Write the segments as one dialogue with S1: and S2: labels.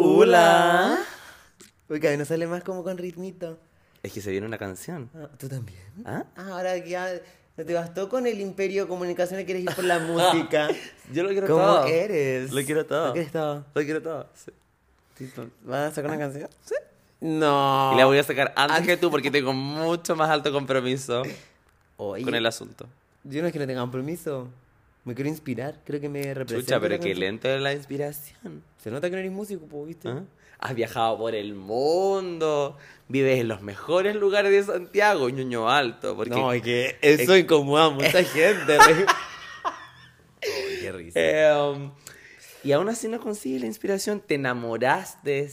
S1: Hola. Uy, que a mí no sale más como con ritmito.
S2: Es que se viene una canción.
S1: Ah, ¿Tú también?
S2: ¿Ah?
S1: Ah, ahora que ya no te bastó con el imperio de comunicaciones, quieres ir por la música.
S2: Yo lo quiero
S1: ¿Cómo
S2: todo.
S1: eres?
S2: Lo quiero todo.
S1: Lo quieres todo.
S2: Lo quiero todo. sí.
S1: Tipo, ah. ¿Vas a sacar una canción? Ah. Sí. No.
S2: Y la voy a sacar antes que tú porque tengo mucho más alto compromiso
S1: Oye,
S2: con el asunto.
S1: Yo no es que no tenga compromiso. Me quiero inspirar. Creo que me representa.
S2: Chucha, pero
S1: la
S2: qué
S1: canción.
S2: lento es la inspiración.
S1: Se nota que no eres músico, po, ¿viste?
S2: ¿Ah? Has viajado por el mundo, vives en los mejores lugares de Santiago, ñoño alto. Porque...
S1: No, es que eso incomoda a mucha gente. re. Eh, Ay, qué risa.
S2: Em, y aún así no consigues la inspiración, te enamoraste.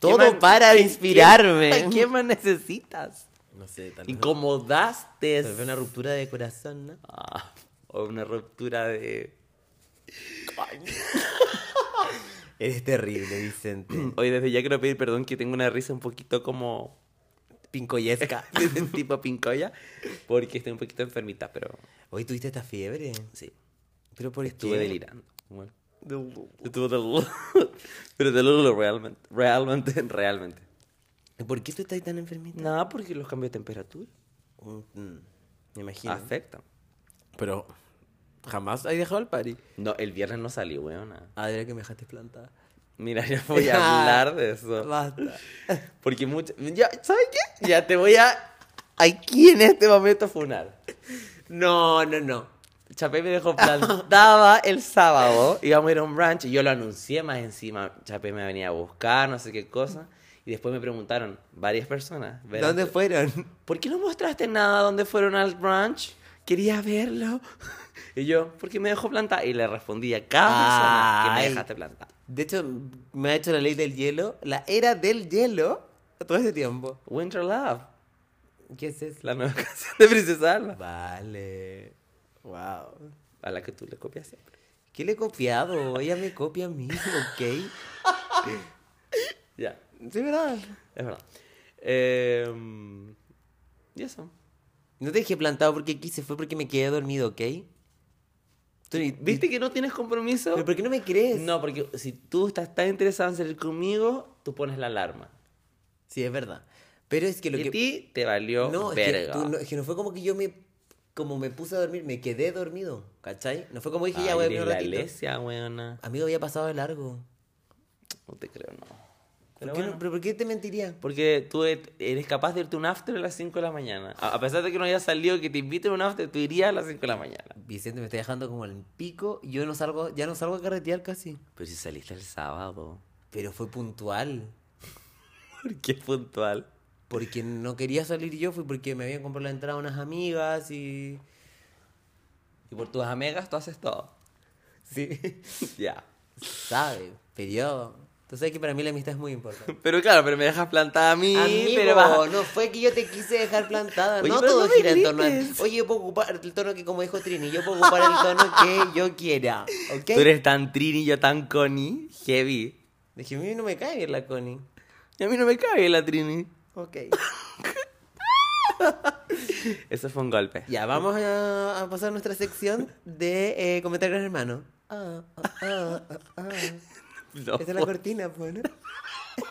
S1: Todo
S2: ¿Qué man-
S1: para
S2: qué-
S1: inspirarme.
S2: ¿Qué, qué más necesitas?
S1: No sé, tal vez.
S2: Incomodaste.
S1: Tal vez una ruptura de corazón, ¿no?
S2: Ah, o una ruptura de...
S1: Eres terrible, Vicente.
S2: Hoy desde ya quiero pedir perdón que tengo una risa un poquito como...
S1: Pincoyesca.
S2: tipo pincoya, porque estoy un poquito enfermita, pero
S1: Hoy tuviste esta fiebre.
S2: sí,
S1: Pero por
S2: estuve
S1: qué?
S2: delirando. Bueno,
S1: No.
S2: estuve delirando, pero delirando realmente, realmente, realmente.
S1: ¿Por qué tú estás tan enfermita?
S2: Nada, porque los cambios de temperatura
S1: Mm, Me imagino.
S2: afectan.
S1: Pero jamás has dejado el party.
S2: No, el viernes no salí, weona.
S1: Ah, era que me dejaste plantada.
S2: Mira, yo voy a hablar de eso.
S1: Basta.
S2: Porque mucha... Ya, ¿Sabes qué? Ya te voy a... Aquí en este momento funar.
S1: No, no, no.
S2: Chapé me dejó
S1: Ah.
S2: plantada el sábado, íbamos a ir a un brunch y yo lo anuncié más encima. Chapé me venía a buscar, no sé qué cosa. Y después me preguntaron varias personas. verás,
S1: ¿Dónde fueron?
S2: ¿Por qué no mostraste nada dónde fueron al brunch? Quería verlo. Y yo, ¿por qué me dejó plantada? Y le respondí a cada persona que
S1: Ay.
S2: me dejaste plantada.
S1: De hecho, me ha hecho la ley del hielo, la era del hielo, todo este tiempo.
S2: Winter Love,
S1: ¿Qué es eso?
S2: la nueva canción de Princesa Alba.
S1: Vale. Wow.
S2: A la que tú le copias siempre.
S1: ¿Qué le he copiado? Ella me copia a mí, ¿ok?
S2: Ya,
S1: Sí, verdad.
S2: es verdad. Em, y eso.
S1: No te dejé plantado porque quise, fue porque me quedé dormido, ¿ok? Tú ni-
S2: ¿Viste que no tienes compromiso?
S1: ¿Pero por qué no me crees?
S2: No, porque si tú estás tan interesado en salir conmigo, tú pones la alarma.
S1: Sí, es verdad. Pero es que lo
S2: y
S1: que...
S2: a ti te valió
S1: No, es que,
S2: verga.
S1: tú- no, es que no fue como que yo me... Como me puse a dormir, me quedé dormido, ¿cachai? No fue como dije, ya
S2: Ay,
S1: voy a
S2: eres
S1: dormir un
S2: la
S1: ratito.
S2: lesia, weona.
S1: Amigo, había pasado de largo.
S2: No te creo, no.
S1: ¿Por
S2: Pero
S1: qué no-
S2: bueno.
S1: ¿Pero por qué te mentiría?
S2: Porque tú et- eres capaz de irte a un after a las 5 de la mañana. A a pesar de que no hayas salido, que te inviten a un after, tú irías a las 5 de la mañana.
S1: Vicente me está dejando como el pico. Yo no salgo, ya no salgo a carretear casi.
S2: Pero si saliste el sábado.
S1: Pero fue puntual.
S2: ¿Por qué puntual?
S1: Porque no quería salir yo, fue porque me habían comprado la entrada unas amigas y.
S2: Y por tus amigas tú haces todo.
S1: Sí.
S2: ya.
S1: Sabe, pero yo. Tú sabes que para mí la amistad es muy importante.
S2: Pero claro, pero me dejas plantada a mí.
S1: Amigo,
S2: pero vas-
S1: no fue que yo te quise dejar plantada.
S2: Oye,
S1: no
S2: pero
S1: todo
S2: no me
S1: gira en torno a
S2: grites.
S1: Oye, yo puedo ocupar el tono que, como dijo Trini, yo puedo ocupar el tono que yo quiera. ¿Ok?
S2: Tú eres tan Trini, yo tan Connie. Heavy.
S1: Dije, a mí no me cae bien la Connie.
S2: Y a mí no me cabe la Trini.
S1: Ok.
S2: Eso fue un golpe.
S1: Ya, vamos a, a pasar a nuestra sección de eh, comentar gran hermano. Ah, ah, ah, ah, ah.
S2: No.
S1: Esa es la cortina, pues, ¿no?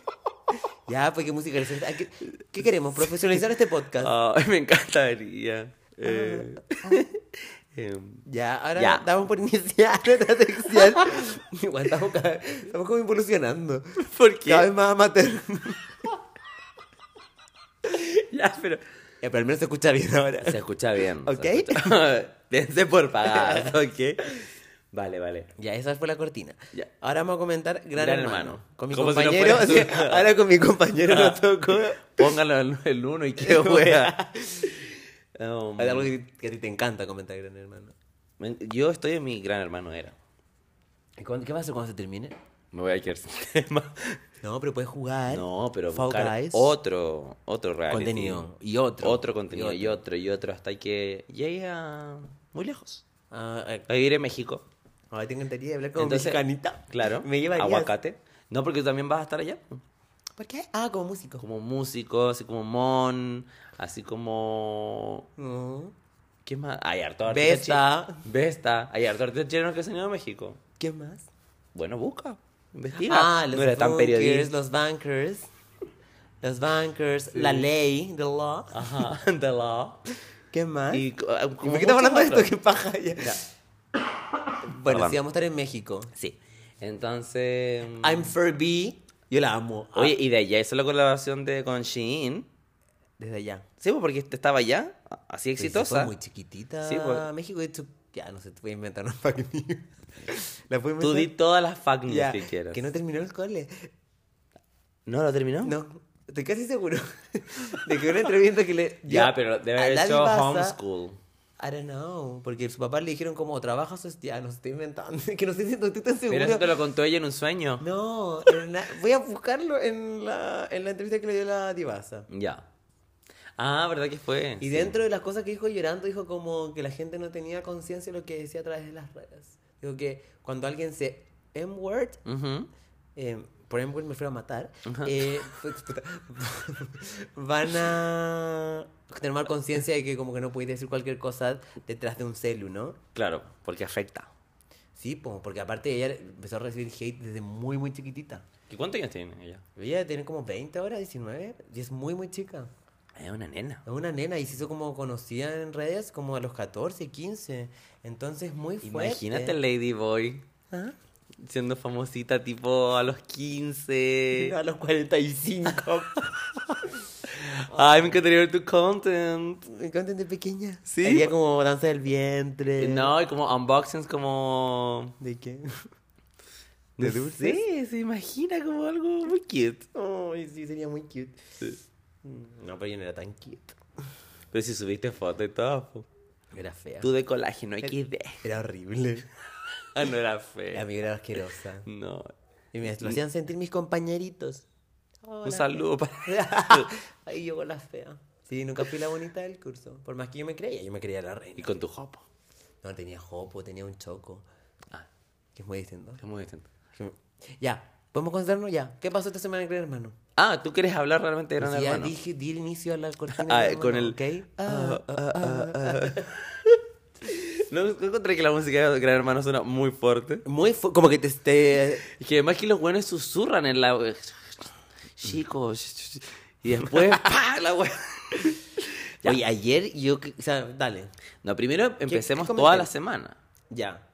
S1: ya, pues qué música les está- ¿Qué, qué queremos? Profesionalizar este podcast.
S2: Ay, me encantaría. Eh, em,
S1: Ya, ahora
S2: Ya.
S1: damos por iniciar nuestra sección. Igual estamos, cada- estamos como involucionando.
S2: ¿Por qué?
S1: Cada vez más amateur.
S2: Ya, pero.
S1: Ya, pero al menos se escucha bien ahora.
S2: Se escucha bien.
S1: ¿Ok?
S2: se escucha- Dense por pagadas, ¿ok? Vale, vale.
S1: Ya, esa fue la cortina.
S2: Ya.
S1: Ahora vamos a comentar Gran,
S2: Gran
S1: hermano.
S2: Hermano.
S1: Con mi
S2: Como si no
S1: compañero.
S2: fuera
S1: o sea,
S2: su-
S1: ahora con mi compañero no tocó.
S2: Póngalo el, el uno y qué wea. Um,
S1: Hay algo que, que a ti te encanta comentar Gran Hermano.
S2: men- yo estoy en mi gran hermano era.
S1: ¿Y cuándo- ¿Qué va a hacer cuando se termine?
S2: Me voy a quedar sin tema.
S1: No, pero puedes jugar.
S2: No, pero
S1: Fall
S2: buscar
S1: Guys,
S2: otro, otro reality.
S1: contenido. Y otro.
S2: Otro contenido
S1: Y
S2: y otro y otro hasta que llegue a muy lejos.
S1: Ah, eh,
S2: A vivir en México.
S1: ay, te encantaría hablar como
S2: Entonces,
S1: mexicanita.
S2: Claro.
S1: Me llevarías.
S2: Aguacate. No, porque tú también vas a estar allá. pues.
S1: ¿Por qué? Ah, como músico.
S2: Como músico, así como mon, así como...
S1: No.
S2: ¿Qué más? Hay harto
S1: Besta.
S2: chi- Besta. Hay harto artista chileno que se han ido a México.
S1: ¿Qué más?
S2: Bueno, busca. Investiga.
S1: Ah, los
S2: no era tan
S1: bunkers,
S2: periodista.
S1: los bankers. Los bankers, la ley, the law.
S2: Ajá, the law.
S1: ¿Qué más?
S2: Y, co- como
S1: ¿Por qué estamos
S2: muchos
S1: hablando de esto?
S2: otros.
S1: ¿Qué paja ya?
S2: Ya.
S1: Bueno,
S2: Perdón.
S1: sí, vamos a estar en México.
S2: Sí. Entonces.
S1: I'm Furby. Yo la amo. Ah,
S2: Oye, y de allá hizo la colaboración de con Shein.
S1: Desde allá.
S2: Sí, pues, porque estaba allá, así
S1: Pero sí Fue
S2: exitosa.
S1: muy chiquitita.
S2: Sí, pues.
S1: México es su- Ya, no sé, te voy a inventar una fucking news. La puedo
S2: Tú di
S1: inventar.
S2: todas las fuck news
S1: Ya,
S2: Mm, que quieras.
S1: Que no terminó el cole.
S2: ¿No lo terminó?
S1: No, estoy casi seguro de que una entrevista que le.
S2: Ya,
S1: dio
S2: pero debe
S1: a
S2: haber
S1: Gaby
S2: hecho
S1: Baza-
S2: homeschool.
S1: I don't know, porque su papá le dijeron como trabajas, o- ya Ah, no estoy inventando, que no estoy, no estoy tan seguro.
S2: Pero eso te lo contó ella en un sueño.
S1: No, en una- voy a buscarlo en la, en la entrevista que le dio la divasa.
S2: Ya. Ah, ¿verdad que fue?
S1: Y
S2: Sí.
S1: dentro de las cosas que dijo llorando, dijo como que la gente no tenía conciencia de lo que decía a través de las redes. Dijo que cuando alguien se M-word,
S2: Ujú.
S1: eh, por M-word me refiero a matar, eh, puta, van a tener mal conciencia de que como que no podéis decir cualquier cosa detrás de un celu, ¿no?
S2: Claro, porque afecta.
S1: Sí, po, porque aparte ella empezó a recibir hate desde muy, muy chiquitita.
S2: ¿Y cuántos años tiene ella?
S1: Ella tiene como 20 ahora, 19, y es muy, muy chica.
S2: Es una nena.
S1: Es una nena y se hizo como conocida en redes como a los 14, 15. Entonces, muy fuerte.
S2: Imagínate Lady Boy
S1: ¿Ah?
S2: siendo famosita tipo a los 15.
S1: A los 45.
S2: Ay, me encantaría ver tu content.
S1: Me encanta de pequeña.
S2: Sí.
S1: Había como danza del vientre.
S2: No, y como unboxings como...
S1: ¿De qué?
S2: no
S1: ¿De dulces?
S2: sé, se imagina como algo muy cute.
S1: Ay, sí, sería muy cute.
S2: Sí.
S1: No, pero yo no era tan cute.
S2: Pero si subiste foto y todo, po.
S1: Era fea.
S2: tú de colágeno XD.
S1: Era horrible.
S2: Ah, no era
S1: La
S2: fea.
S1: amiga era asquerosa.
S2: No.
S1: Y me lo hacían sentir mis compañeritos.
S2: Un saludo para...
S1: Ay, yo con la fea. Sí, nunca fui la bonita del curso. Por más que yo me creía, yo me creía la reina.
S2: Y con tu hopo.
S1: No, tenía jopo, tenía un choco.
S2: Ah,
S1: ¿Qué es muy distinto.
S2: es muy distinto.
S1: Ya, podemos concentrarnos ya. ¿Qué pasó esta semana en Gran Hermano?
S2: Ah, ¿tú quieres hablar realmente de Gran
S1: Si ya
S2: Hermano?
S1: dije, di el inicio a la cortina.
S2: Ah,
S1: de Gran
S2: con
S1: Hermano,
S2: el-
S1: ¿ok?
S2: Ah, ah, ah, ah. No no encontré que la música de Gran Hermano suena muy fuerte.
S1: Muy fu- como que te, te-
S2: Y que además que los buenos susurran en la. Chicos. Y después. ¡pa! La wea. Ya.
S1: Oye, ayer yo... que- O sea, dale.
S2: No, primero empecemos
S1: qué
S2: toda
S1: comentario?
S2: la semana.
S1: Ya.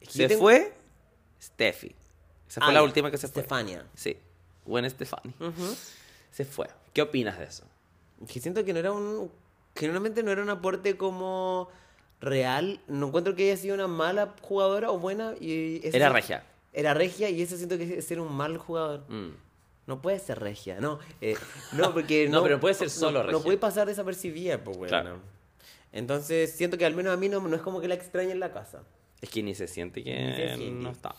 S1: Es que
S2: Se
S1: yo tengo-
S2: fue Steffi. Esa fue
S1: Ah,
S2: la
S1: ya,
S2: última que se fue.
S1: Stefania.
S2: Sí. Gwen Stefani. Se fue. ¿Qué opinas de eso?
S1: Que siento que no era un... Generalmente no era un aporte como real. No encuentro que haya sido una mala jugadora o buena. Y eso-
S2: Era regia.
S1: Era regia y eso siento que es ser un mal jugador.
S2: Mm.
S1: No puede ser regia, no. eh, no, porque
S2: No, pero puede ser solo
S1: no,
S2: regia.
S1: No puede pasar desapercibida, pues bueno.
S2: Claro.
S1: Entonces siento que al menos a mí no, no es como que la extraña en la casa.
S2: Es que ni se siente que
S1: Ni se siente.
S2: no está.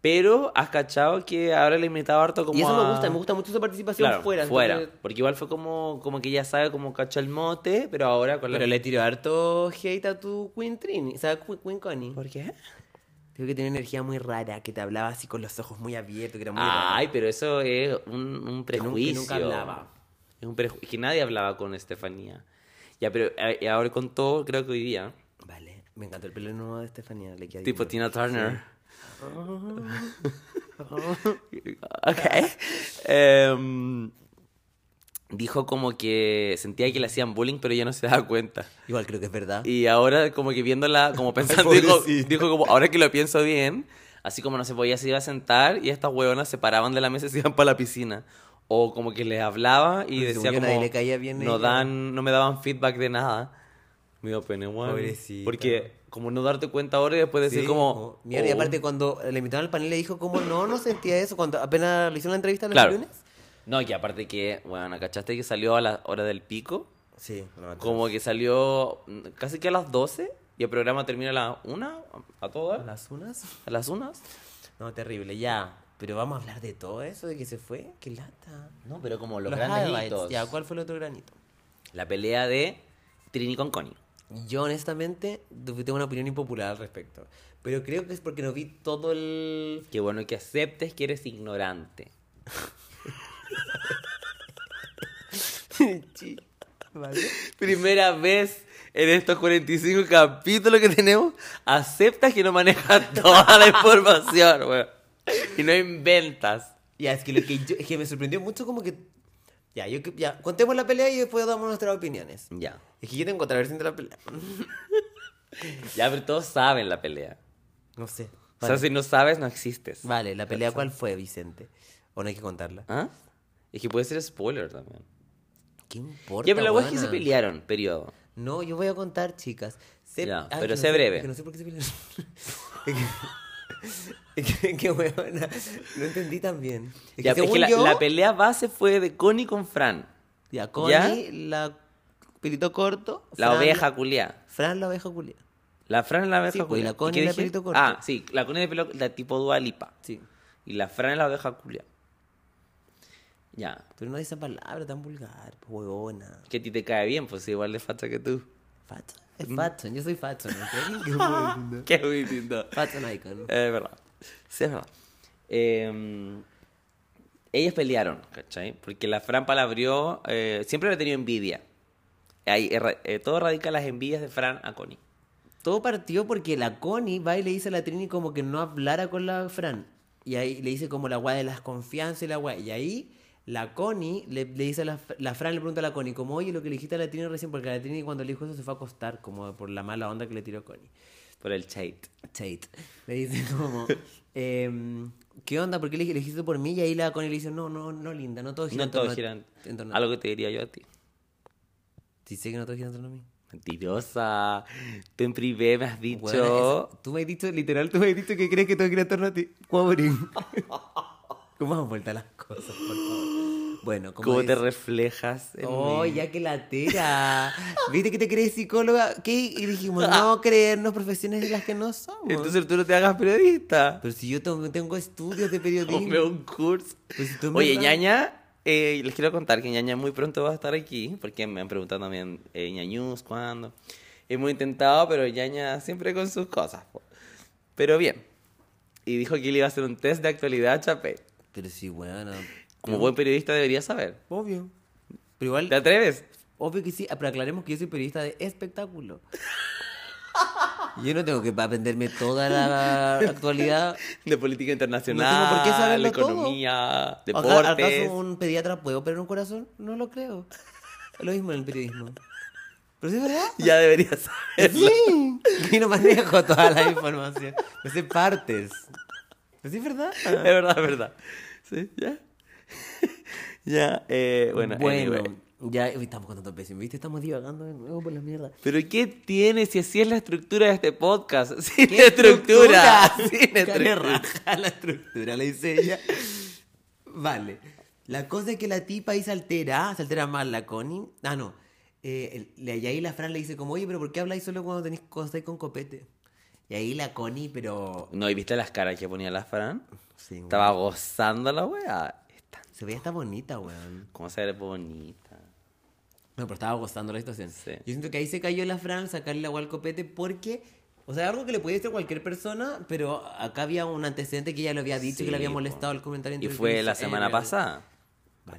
S2: Pero has cachado que ahora le he invitado harto como
S1: y eso
S2: a-
S1: me gusta, me gusta mucho su participación
S2: Claro,
S1: fuera.
S2: fuera.
S1: entonces-
S2: Porque igual fue como, como que ya sabe cómo cachó el mote, pero ahora con la...
S1: Pero le tiró harto hate a tu Queen Trini, o sea, Queen, Queen Connie.
S2: ¿Por qué?
S1: Creo que tenía una energía muy rara, que te hablaba así con los ojos muy abiertos, que era muy rara.
S2: Ay, pero eso es un, un
S1: Que nunca- que
S2: prejuicio.
S1: nunca hablaba.
S2: Es un prejuicio. Que nadie hablaba con Estefanía. Ya, pero eh, y ahora con todo, creo que hoy día.
S1: Vale, me encantó el pelo nuevo de Estefanía, le queda
S2: Tipo Tina
S1: divino.
S2: Turner. ok. Em, dijo como que sentía que le hacían bullying, pero ella no se daba cuenta.
S1: Igual creo que es verdad.
S2: Y ahora como que viéndola, como pensando, dijo,
S1: pobrecita.
S2: dijo como, ahora que lo pienso bien, así como no se podía, se iba a sentar y estas hueonas se paraban de la mesa y se iban para la piscina. O como que les hablaba y
S1: Pero
S2: decía
S1: según yo
S2: como,
S1: nadie le caía bien
S2: no,
S1: ella".
S2: dan, no me daban feedback de nada. Me dio pena igual.
S1: Pobrecita.
S2: Porque como no darte cuenta ahora y después decir
S1: Sí,
S2: como...
S1: Mierda, y
S2: "Oh".
S1: aparte cuando le invitaron al panel le dijo como no, no sentía eso, cuando apenas le hicieron la entrevista los
S2: Claro.
S1: lunes.
S2: No, y aparte que, bueno, ¿cachaste que salió a la hora del pico?
S1: Sí, no,
S2: Como que salió mm, casi que a las 12 y el programa termina a las 1, a todas,
S1: las unas.
S2: a las 1.
S1: No, terrible, ya. Pero vamos a hablar de todo eso, de que se fue, qué lata.
S2: No, pero como los,
S1: Los
S2: grandes
S1: highlights,
S2: hitos.
S1: Ya, ¿cuál fue el otro granito?
S2: La pelea de Trini con Connie.
S1: Yo honestamente tu- tengo una opinión impopular al respecto, pero creo que es porque no vi todo el
S2: Qué bueno que aceptes que eres ignorante.
S1: Sí, ¿Vale?
S2: Primera vez en estos 45 capítulos que tenemos, aceptas que no manejas toda la información, weón. Y no inventas.
S1: Ya, es que lo que yo- es que me sorprendió mucho como que... Ya, yo que- ya, contemos la pelea y después damos nuestras opiniones.
S2: Ya.
S1: Es que yo tengo otra versión de la pelea.
S2: Ya, pero todos saben la pelea.
S1: No sé.
S2: O sea, si no sabes, no existes.
S1: Vale, ¿la pelea cuál fue, Vicente? ¿O no hay que contarla?
S2: ¿Ah? Es que puede ser spoiler también.
S1: ¿Qué importa,
S2: Ya, pero la wea es que se
S1: weona?
S2: pelearon, periodo.
S1: No, yo voy a contar, chicas. Sé-
S2: Ya,
S1: que
S2: pero
S1: no
S2: sé breve.
S1: que no sé por qué se pelearon. Es que- Qué huevona. No entendí tan bien. Es que
S2: Ya, es
S1: según
S2: que la,
S1: yo-
S2: la pelea base fue de Connie con Fran.
S1: Ya, Connie,
S2: ¿Ya?
S1: la pelito corto.
S2: La
S1: Fran-
S2: oveja culiá.
S1: Fran, la oveja culia.
S2: La Fran es la oveja
S1: Sí, pues, y
S2: culiá.
S1: la Connie
S2: qué
S1: la
S2: dije?
S1: pelito corto.
S2: Ah, sí, la Connie de pelo de tipo dualipa.
S1: Sí.
S2: Y la Fran es la oveja culiá. Ya.
S1: Pero no dice palabra tan vulgar, pues, huevona.
S2: Que a ti te cae bien, pues igual de facha que tú.
S1: Fatson. Es Fatson, yo soy Fatson. ¿ok? Qué huevona.
S2: Qué distinto.
S1: Fatson Icon.
S2: Es verdad. Sí, es verdad. Eh, ellas pelearon, ¿cachai? Porque la Fran palabrió. eh, siempre le he tenido envidia. Ahí, erra- eh, todo radica en las envidias de Fran a Connie.
S1: Todo partió porque la Connie va y le dice a la Trini como que no hablara con la Fran. Y ahí le dice como la guay de las confianzas y la guay. Y ahí la Connie le, le dice a la, F- la Fran, le pregunta a la Connie, como oye, lo que le dijiste a la Trini recién, porque la Trini cuando le dijo eso se fue a acostar, como por la mala onda que le tiró Connie.
S2: Por el chait.
S1: Tate. Le dice como, em, ¿qué onda? ¿Por qué le le dijiste por mí? Y ahí la Connie le dice, no, no, no, linda, no todo gira
S2: No
S1: en torno
S2: todos
S1: a-
S2: giran.
S1: en torno a-
S2: Algo que te diría yo a ti.
S1: Sí, sé que no todo gira en torno a mí.
S2: Mentirosa. Tú en privé me has dicho.
S1: Weona, es- tú me has dicho, literal, tú me has dicho que crees que todo gira en torno a ti. Pobre. ¿Cómo han vuelto las cosas, por favor? Bueno, como
S2: ¿Cómo te
S1: dice-
S2: reflejas en
S1: Oh,
S2: mí?
S1: ya que la tera. ¿Viste que te crees psicóloga? ¿Qué? Y dijimos, no creernos profesiones de las que no somos.
S2: Entonces tú no te hagas periodista.
S1: Pero si yo tengo, tengo estudios de periodismo.
S2: Hombre, un curso.
S1: Pues si tú me
S2: Oh, Oye,
S1: das-
S2: ñaña, eh, les quiero contar que ñaña muy pronto va a estar aquí, porque me han preguntado también eh, ñañús, cuándo. Hemos intentado, pero ñaña siempre con sus cosas. po. Pero bien. Y dijo que le iba a hacer un test de actualidad, Chape.
S1: Pero sí, bueno. ¿Mm?
S2: Como buen periodista debería saber.
S1: Obvio. Pero
S2: ¿Te
S1: igual,
S2: atreves?
S1: obvio que sí, pero aclaremos que yo soy periodista de espectáculo. Yo no tengo que aprenderme toda la actualidad.
S2: De política internacional,
S1: por qué saberlo todo.
S2: economía,
S1: ¿Aca-
S2: deportes.
S1: ¿Acaso un pediatra puede operar un corazón? No lo creo. Lo mismo en el periodismo. Pero sí es verdad.
S2: Ya debería saberlo.
S1: Sí. Y no manejo toda la información. No sé partes. Pero sí es verdad.
S2: Es verdad, es verdad. Sí, ya. ya, eh, bueno. anyway.
S1: ya uy, estamos contando pésimo. ¿Viste? Estamos divagando de nuevo por la mierda.
S2: Pero ¿qué tiene si así es la estructura de este podcast? Sin
S1: ¿Qué
S2: estructura. Sin
S1: Cara
S2: estructura.
S1: raja la estructura, le dice ella. Vale. La cosa es que la tipa ahí se altera, se altera más la Connie. Ah, no. Eh, el- y ahí la Fran le dice como, oye, pero ¿por qué habláis solo cuando tenéis cosas ahí con copete? Y ahí la Connie, pero...
S2: No, ¿y viste las caras que ponía la Fran?
S1: Sí, weón.
S2: Estaba gozando la wea. Está-
S1: Se veía hasta bonita, weón.
S2: ¿Cómo se ve bonita?
S1: No, pero estaba gozando la situación.
S2: Sí.
S1: Yo siento que ahí se cayó la Fran, sacarle la agua al copete, porque... O sea, algo que le podía decir a cualquier persona, pero acá había un antecedente que ella lo había dicho,
S2: Sí,
S1: que le había
S2: po.
S1: molestado el comentario.
S2: Y
S1: anterior que
S2: fue
S1: hizo
S2: la semana
S1: él.
S2: pasada.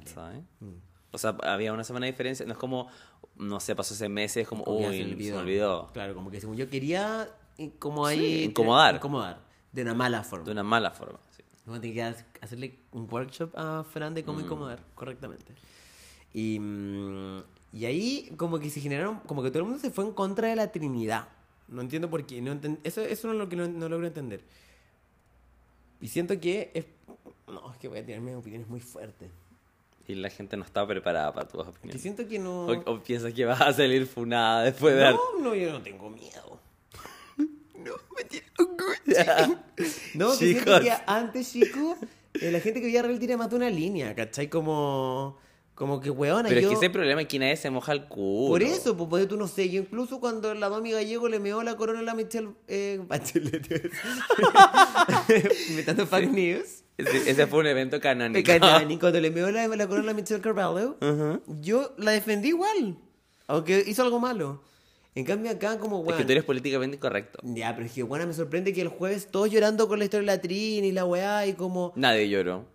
S2: ¿Sabes?
S1: Mm.
S2: O sea, había una semana de diferencia. No es como, no sé, pasó ese mes, es como,
S1: Como que ya
S2: uy, se me olvidó.
S1: Claro, como que según yo quería, eh, como
S2: Sí,
S1: ahí.
S2: incomodar.
S1: Incomodar. De una mala
S2: De
S1: forma.
S2: una mala forma. sí.
S1: Vamos a tener que ha- hacerle un workshop a Fran de
S2: Mm.
S1: cómo incomodar correctamente. Y, mm, y ahí, como que se generaron. Como que todo el mundo se fue en contra de la Trinidad. No entiendo por qué. No enten- eso, eso no es lo que no, no logro entender. Y siento que. Es, no, es que voy a tener mis opiniones muy fuertes.
S2: Y la gente no estaba preparada para tus
S1: Es que
S2: opiniones.
S1: siento que no.
S2: O, o piensas que vas a salir funada después de dar-
S1: No, no, yo no tengo miedo. No, me tiene No, que siento
S2: Chicos.
S1: que antes, chico, eh, la gente que veía reality le mató una línea, ¿cachai? Como, como que weona,
S2: Pero
S1: yo...
S2: es que ese problema es que nadie se moja el culo.
S1: Por eso, pues, porque tú no sé, yo incluso cuando la Domi Gallego le meó la corona a la Michelle eh, Bachelet, metiendo fake news,
S2: Ese, ese fue un evento canónico.
S1: Pecanani, cuando le meó la, la corona a la Michelle Carvalho,
S2: Ujú.
S1: yo la defendí igual, aunque hizo algo malo. En cambio acá como,
S2: Es
S1: weón,
S2: que tú eres políticamente incorrecto.
S1: Ya, pero es que, bueno, me sorprende que el jueves todos llorando con la historia de la Trini y la weá y como...
S2: Nadie lloró.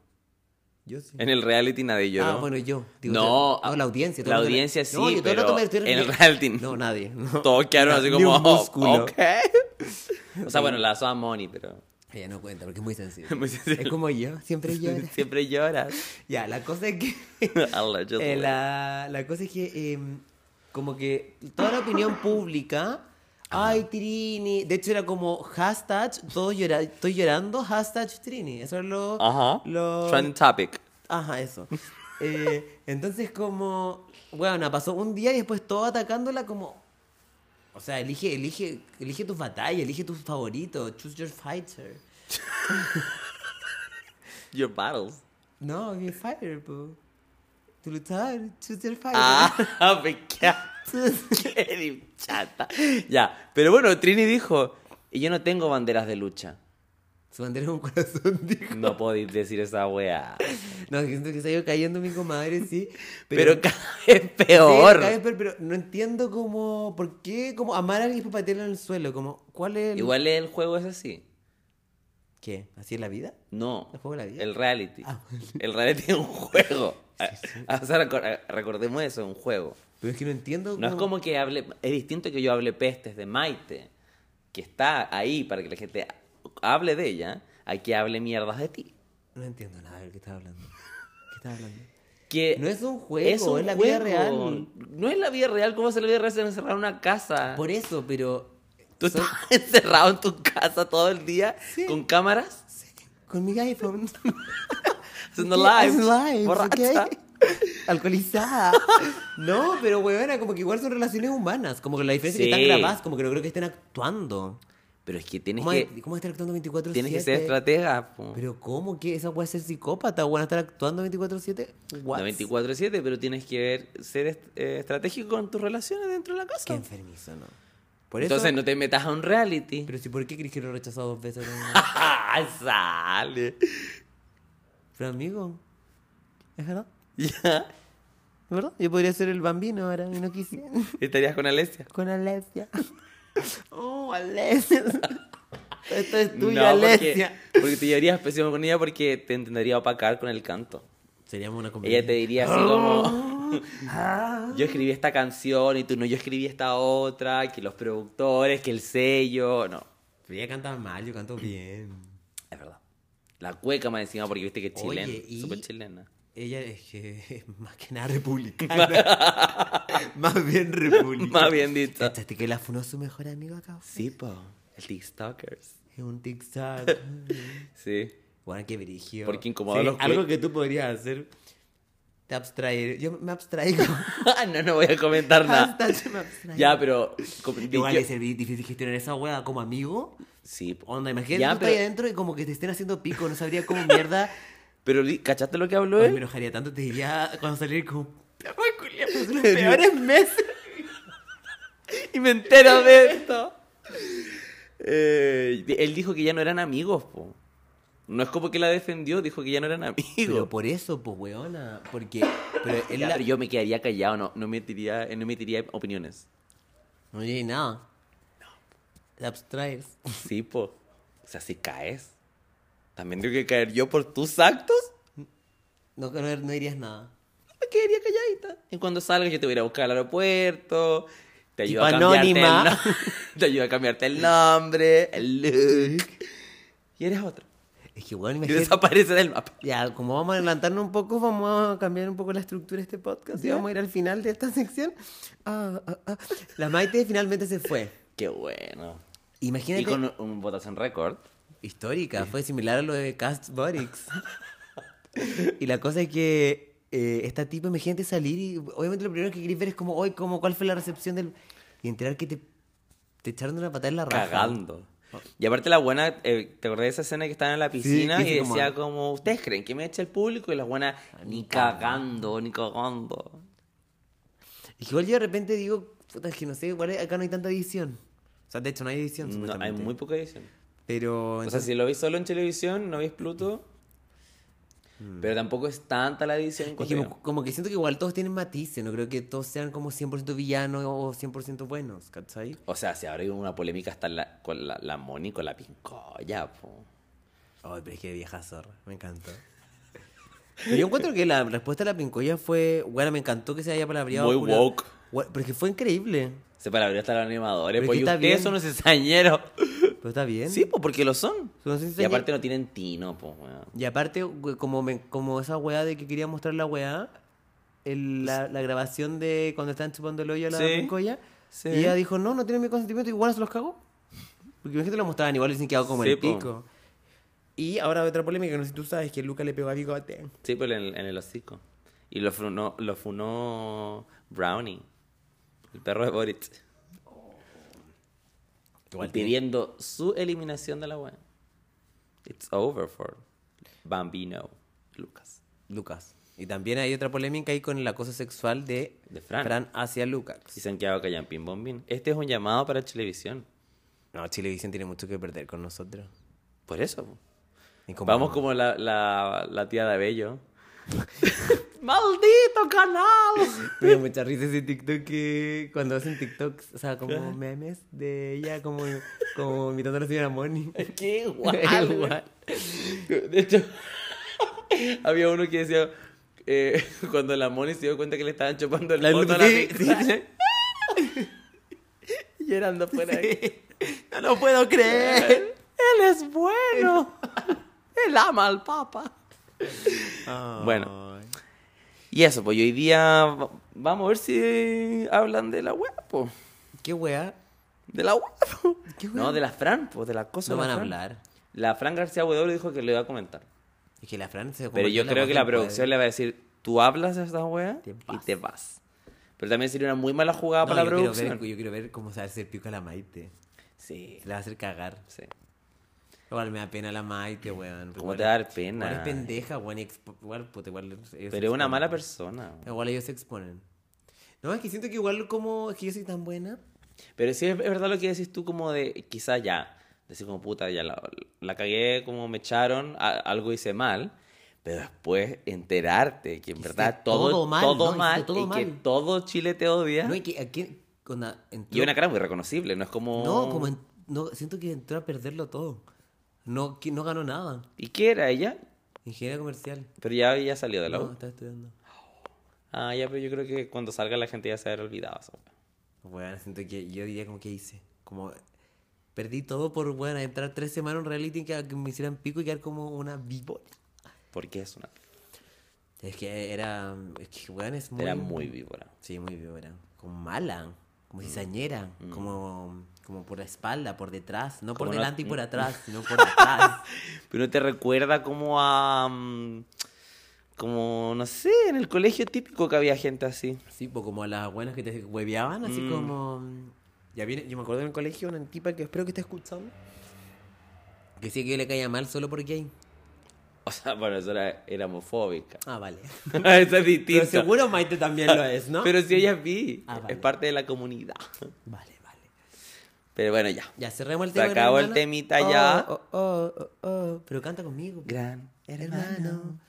S1: Yo sí.
S2: En el reality nadie lloró.
S1: Ah, bueno, yo.
S2: No,
S1: yo- la audiencia. todo
S2: la
S1: el rato me-
S2: audiencia sí,
S1: No, yo todo el
S2: pero
S1: rato me estoy
S2: en el
S1: refiriendo-
S2: reality-
S1: No, nadie. no.
S2: Todos quedaron
S1: Ni-
S2: así
S1: ni
S2: como.
S1: un músculo.
S2: "Oh, ok". O sea, bueno, la usaba Moni, pero.
S1: Ella no cuenta porque es muy sensible.
S2: Es muy sensible.
S1: Es como yo, siempre llora.
S2: Siempre lloras.
S1: ya, la cosa es que...
S2: Allah, yo
S1: Eh,
S2: soy-
S1: la, la cosa es que, eh, como que toda la opinión pública, ay, Trini. De hecho, era como hashtag, todo llora, estoy llorando, hashtag Trini. Eso es lo.
S2: Ajá.
S1: lo-
S2: Trending topic.
S1: Ajá, eso. Eh, entonces, como, bueno, pasó un día y después todo atacándola, como. O sea, elige, elige, elige tus batallas, elige tus favoritos, choose your fighter.
S2: Your battles.
S1: No, mi fighter, po. Tu luchador, choose your fighter.
S2: Ah, me queda-
S1: Choose-
S2: Qué chata. Ya, pero bueno, Trini dijo, y yo no tengo banderas de lucha.
S1: Su bandera es un corazón, dijo.
S2: No podéis decir esa weá.
S1: No, que siento que se ha ido cayendo mi comadre, sí.
S2: Pero, cada vez
S1: Sí,
S2: peor.
S1: cada vez peor, pero no entiendo cómo. ¿Por qué? Como amar a alguien para patearlo en el suelo. Como, ¿cuál es. el-
S2: Igual el juego es así.
S1: ¿Qué? ¿Así es la vida?
S2: No.
S1: ¿El juego de la vida?
S2: El reality.
S1: Ah.
S2: El reality es un juego. A- o sea, recor- recordemos eso, es un juego.
S1: Pero es que no entiendo.
S2: No es como que hable, es distinto que yo hable pestes de Maite, que está ahí para que la gente hable de ella, a que hable mierdas de ti.
S1: No entiendo nada de lo que estás hablando. ¿Qué estás hablando?
S2: Que
S1: No es un juego, es,
S2: un
S1: la vida
S2: juego.
S1: real.
S2: No es la vida real, ¿cómo se la vida real se encerrar en una casa?
S1: Por eso, pero.
S2: Tú
S1: son-
S2: estás encerrado en tu casa todo el día
S1: Sí.
S2: con cámaras,
S1: Con mi iPhone.
S2: haciendo
S1: Sí,
S2: live,
S1: haciendo live,
S2: borracha.
S1: ¿ok? Alcoholizada. No, pero huevona, como que igual son relaciones humanas. Como que la diferencia es que
S2: Sí.
S1: están grabadas, como que no creo que estén actuando.
S2: Pero es que tienes
S1: ¿Cómo,
S2: que,
S1: hay- cómo estar actuando 24-7?
S2: tienes que ser estratega. po.
S1: Pero ¿cómo que esa puede ser psicópata? ¿Van a estar actuando 24-7? What?
S2: No 24-7, pero tienes que ver, ser est- eh, estratégico con tus relaciones dentro de la
S1: Qué
S2: casa.
S1: enfermizo, ¿no? Por
S2: Entonces
S1: eso...
S2: no te metas a un reality.
S1: Pero si ¿por qué crees que lo he rechazado dos veces? no?
S2: Ah, Sale.
S1: pero amigo, ¿es verdad?
S2: Ya.
S1: ¿Es verdad? Yo podría ser el bambino ahora y no quise.
S2: Estarías con Alessia.
S1: Con Alessia. Oh, Alessia. Esto es tuyo,
S2: No, porque,
S1: Alessia.
S2: porque te llevarías pésimo con ella porque te entendería opacar con el canto.
S1: Seríamos una
S2: Ella te diría así como, yo escribí esta canción y tú no, yo escribí esta otra, que los productores, que el sello, no.
S1: Pero ella canta mal, yo canto bien.
S2: Es verdad. La cueca más encima porque viste que es
S1: Oye,
S2: chilena,
S1: y-
S2: súper chilena.
S1: Ella es que es más que nada republicana. más bien republicana.
S2: Más bien dicho.
S1: ¿Cachaste que la funó su mejor amigo acá?
S2: Sí, po. El TikTokers.
S1: Es un TikTok.
S2: Sí.
S1: bueno, qué virigio.
S2: Porque incomoda a los
S1: Algo que tú podrías hacer. Te abstraer. Yo me abstraigo.
S2: no, no voy a comentar nada.
S1: Hashtag me abstraigo.
S2: Ya, pero... com-
S1: Igual
S2: yo-
S1: es difícil gestionar esa wea como amigo.
S2: Sí, po.
S1: Onda, imagínate
S2: Ya,
S1: tú estás
S2: pero- ¿Eh?
S1: ahí adentro y como que te estén haciendo pico, no sabría cómo mierda.
S2: Pero, li- ¿cachaste lo que habló
S1: Ay,
S2: él?
S1: me enojaría tanto, te diría cuando salir como. "Perro de culiao, pues, son los peores meses.
S2: Y me entero de esto. Eh, él dijo que ya no eran amigos, po. No es como que la defendió, dijo que ya no eran amigos.
S1: Pero por eso, pues, weona. Porque. Pero él
S2: Ya,
S1: la.
S2: pero yo me quedaría callado, no, no emitiría, no emitiría opiniones.
S1: No oye nada. No. Te abstraes.
S2: Sí, po. O sea, si caes, también tengo que caer yo por tus actos.
S1: No, no, no dirías nada.
S2: Me quedaría calladita. Y cuando salgas, yo te voy a ir a buscar al aeropuerto. Te ayudo,
S1: Tipo
S2: a cambiarte el
S1: anónima.
S2: nom- te ayudo a cambiarte el nombre, el look. Y eres otro.
S1: Es que, weón,
S2: Y
S1: imagínate.
S2: desaparece del mapa.
S1: Ya, como vamos a adelantarnos un poco, vamos a cambiar un poco la estructura de este podcast y
S2: Ya.
S1: vamos a ir al final de esta sección. Ah, ah, ah. La Maite finalmente se fue.
S2: Qué bueno.
S1: Imagínate.
S2: Y con un, un votación récord.
S1: histórica, fue similar a lo de Cast Borix. y la cosa es que eh, esta tipa, imagínate salir y obviamente lo primero que querés ver es como, hoy, como, ¿cuál fue la recepción del...? Y enterar que te, te echaron una patada en la raja.
S2: Cagando. Y aparte la buena, eh, ¿te acordás de esa escena que estaban en la piscina
S1: Ah. que
S2: y
S1: dice como- Ah,
S2: decía como, ¿ustedes creen que me echa el público? Y la buena, ni cagando, ni cagando.
S1: Y que igual yo de repente digo, puta, es que no sé, igual acá no hay tanta edición. O sea, de hecho no hay edición,
S2: No, hay
S1: supuestamente.
S2: muy poca edición.
S1: Pero...
S2: O sea, si lo veis solo en televisión, no veis Pluto. Pero tampoco es tanta la edición.
S1: Mm. Es que
S2: encuentro
S1: como- como que siento que igual todos tienen matices, no creo que todos sean como 100% villanos o 100% buenos, ¿cachai?
S2: yo. O sea, si ahora hay una polémica hasta la- con la, la Moni, con la pincoya, po.
S1: Ay, pero es que vieja zorra, me encantó. Pero yo encuentro que la respuesta de la pincoya fue, bueno, me encantó que se haya palabreado.
S2: Muy
S1: pura-
S2: woke.
S1: Gua- Pero es que fue increíble.
S2: Se para abrir hasta los animadores.
S1: Pero es
S2: Pues
S1: que
S2: y
S1: está
S2: ustedes
S1: bien.
S2: son los cizañeros.
S1: Pero está bien.
S2: Sí, pues porque lo son.
S1: Son sin
S2: Y
S1: señal.
S2: aparte no tienen tino, pues, weón.
S1: Y aparte, güey, como, me- como esa weá de que quería mostrar la weá, el- la, la grabación de cuando están chupando el hoyo a la
S2: Sí,
S1: Moncoya,
S2: sí.
S1: y ella dijo, no, no tiene mi consentimiento, igual se los cago. Porque imagínate lo mostraban igual y sin quedado como
S2: Sí,
S1: el
S2: po.
S1: pico. Y ahora otra polémica, que no sé si tú sabes, que Luca le pegó a Bigote.
S2: Sí, pero en, en el hocico. Y lo funó, lo funó Brownie, el perro de Boric, pidiendo su eliminación de la web. It's over for Bambino Lucas.
S1: Lucas. Y también hay otra polémica ahí con el acoso sexual de,
S2: De Fran.
S1: hacia Lucas.
S2: Si se han quedado callados, pim, bom, bim. Este es un llamado para Televisión.
S1: No, Chilevisión tiene mucho que perder con nosotros.
S2: Por eso. po.
S1: Y como-
S2: Vamos como la, la, la tía de Abello. ¡Maldito canal!
S1: Me dio mucha risa ese TikTok que cuando hacen TikToks, o sea, como memes de ella como, como imitando a la señora Moni.
S2: ¡Qué guay!
S1: Igual.
S2: De hecho, había uno que decía, eh, cuando la Moni se dio cuenta que le estaban chupando el
S1: La
S2: poto a la
S1: sí,
S2: Micra,
S1: sí, sí.
S2: llorando fuera.
S1: No lo puedo creer.
S2: Él es bueno. Él ama al Papa. Bueno. Y eso, pues y hoy día va- vamos a ver si hablan de la web, po.
S1: ¿Qué wea?
S2: De la web. po.
S1: ¿Qué wea?
S2: No, de la Fran, pues, de la cosa.
S1: No
S2: de
S1: van
S2: la
S1: a
S2: Fran.
S1: hablar.
S2: La Fran García W dijo que le iba a comentar.
S1: Es que la Fran se
S2: Pero
S1: convirtió
S2: yo
S1: en
S2: creo
S1: voz
S2: que la
S1: del
S2: producción
S1: poder.
S2: le va a decir, tú hablas de esta wea
S1: Te
S2: y
S1: vas.
S2: te vas. Pero también sería una muy mala jugada
S1: No,
S2: para la
S1: yo, quiero
S2: producción.
S1: ver, yo quiero ver cómo se hace el pico a la Maite.
S2: Sí,
S1: Se la va a hacer cagar.
S2: sí.
S1: Igual me da pena la Maite, weón.
S2: ¿Cómo
S1: Igual-
S2: te va a dar pena?
S1: Igual es pendeja, weón. y expo- Igual, puta, igual. ellos se
S2: Pero es una
S1: exponen.
S2: mala persona.
S1: Igual ellos se exponen. No, es que siento que igual como es que yo soy tan buena.
S2: Pero sí es es verdad lo que decís tú, como de quizá ya, decir como puta, ya la, la cagué, como me echaron, a- algo hice mal, pero después enterarte que en
S1: Hiciste
S2: verdad todo,
S1: todo
S2: todo
S1: mal,
S2: mal,
S1: ¿no? Hiciste todo
S2: y que
S1: mal.
S2: todo Chile te odia.
S1: No, y que aquí con la- entró-
S2: y una cara muy reconocible, no es como...
S1: No, como en- no, siento que entró a perderlo todo. No, que no ganó nada.
S2: ¿Y qué era ella?
S1: Ingeniería comercial.
S2: Pero ya había salido de la
S1: No,
S2: U.
S1: está estudiando.
S2: Ah, ya, pero yo creo que cuando salga la gente ya se habrá olvidado. eso.
S1: Bueno, siento que yo diría como que hice. Como perdí todo por bueno, entrar tres semanas en reality que, que me hicieran pico y quedar como una víbora.
S2: Porque es una...
S1: Es que era. Es que weón es muy.
S2: Era muy Mm. víbora.
S1: Sí, muy víbora. Como mala. Como cizañera. Como, como por la espalda, por detrás. No por
S2: Como no-
S1: delante y por atrás, sino por detrás.
S2: Pero te recuerda como a... mm, Como, no sé, en el colegio típico que había gente así.
S1: Sí, pues como a las buenas que te hueveaban,
S2: Mm.
S1: así como. Ya viene, yo me acuerdo en el colegio, una tipa que espero que esté escuchando. Que sí que yo le caía mal solo por gay.
S2: O sea, bueno, eso era, era homofóbica.
S1: Ah, vale.
S2: eso es distinto.
S1: Pero seguro Maite también lo es, ¿no?
S2: Pero si ella es bi,
S1: Ah, vale.
S2: es parte de la comunidad.
S1: Vale, vale.
S2: Pero bueno, ya.
S1: Ya cerremos el
S2: Se
S1: tema.
S2: acabó el
S1: hermano.
S2: temita ya.
S1: Oh, oh, oh, oh, oh. Pero canta conmigo.
S2: Gran
S1: Hermano,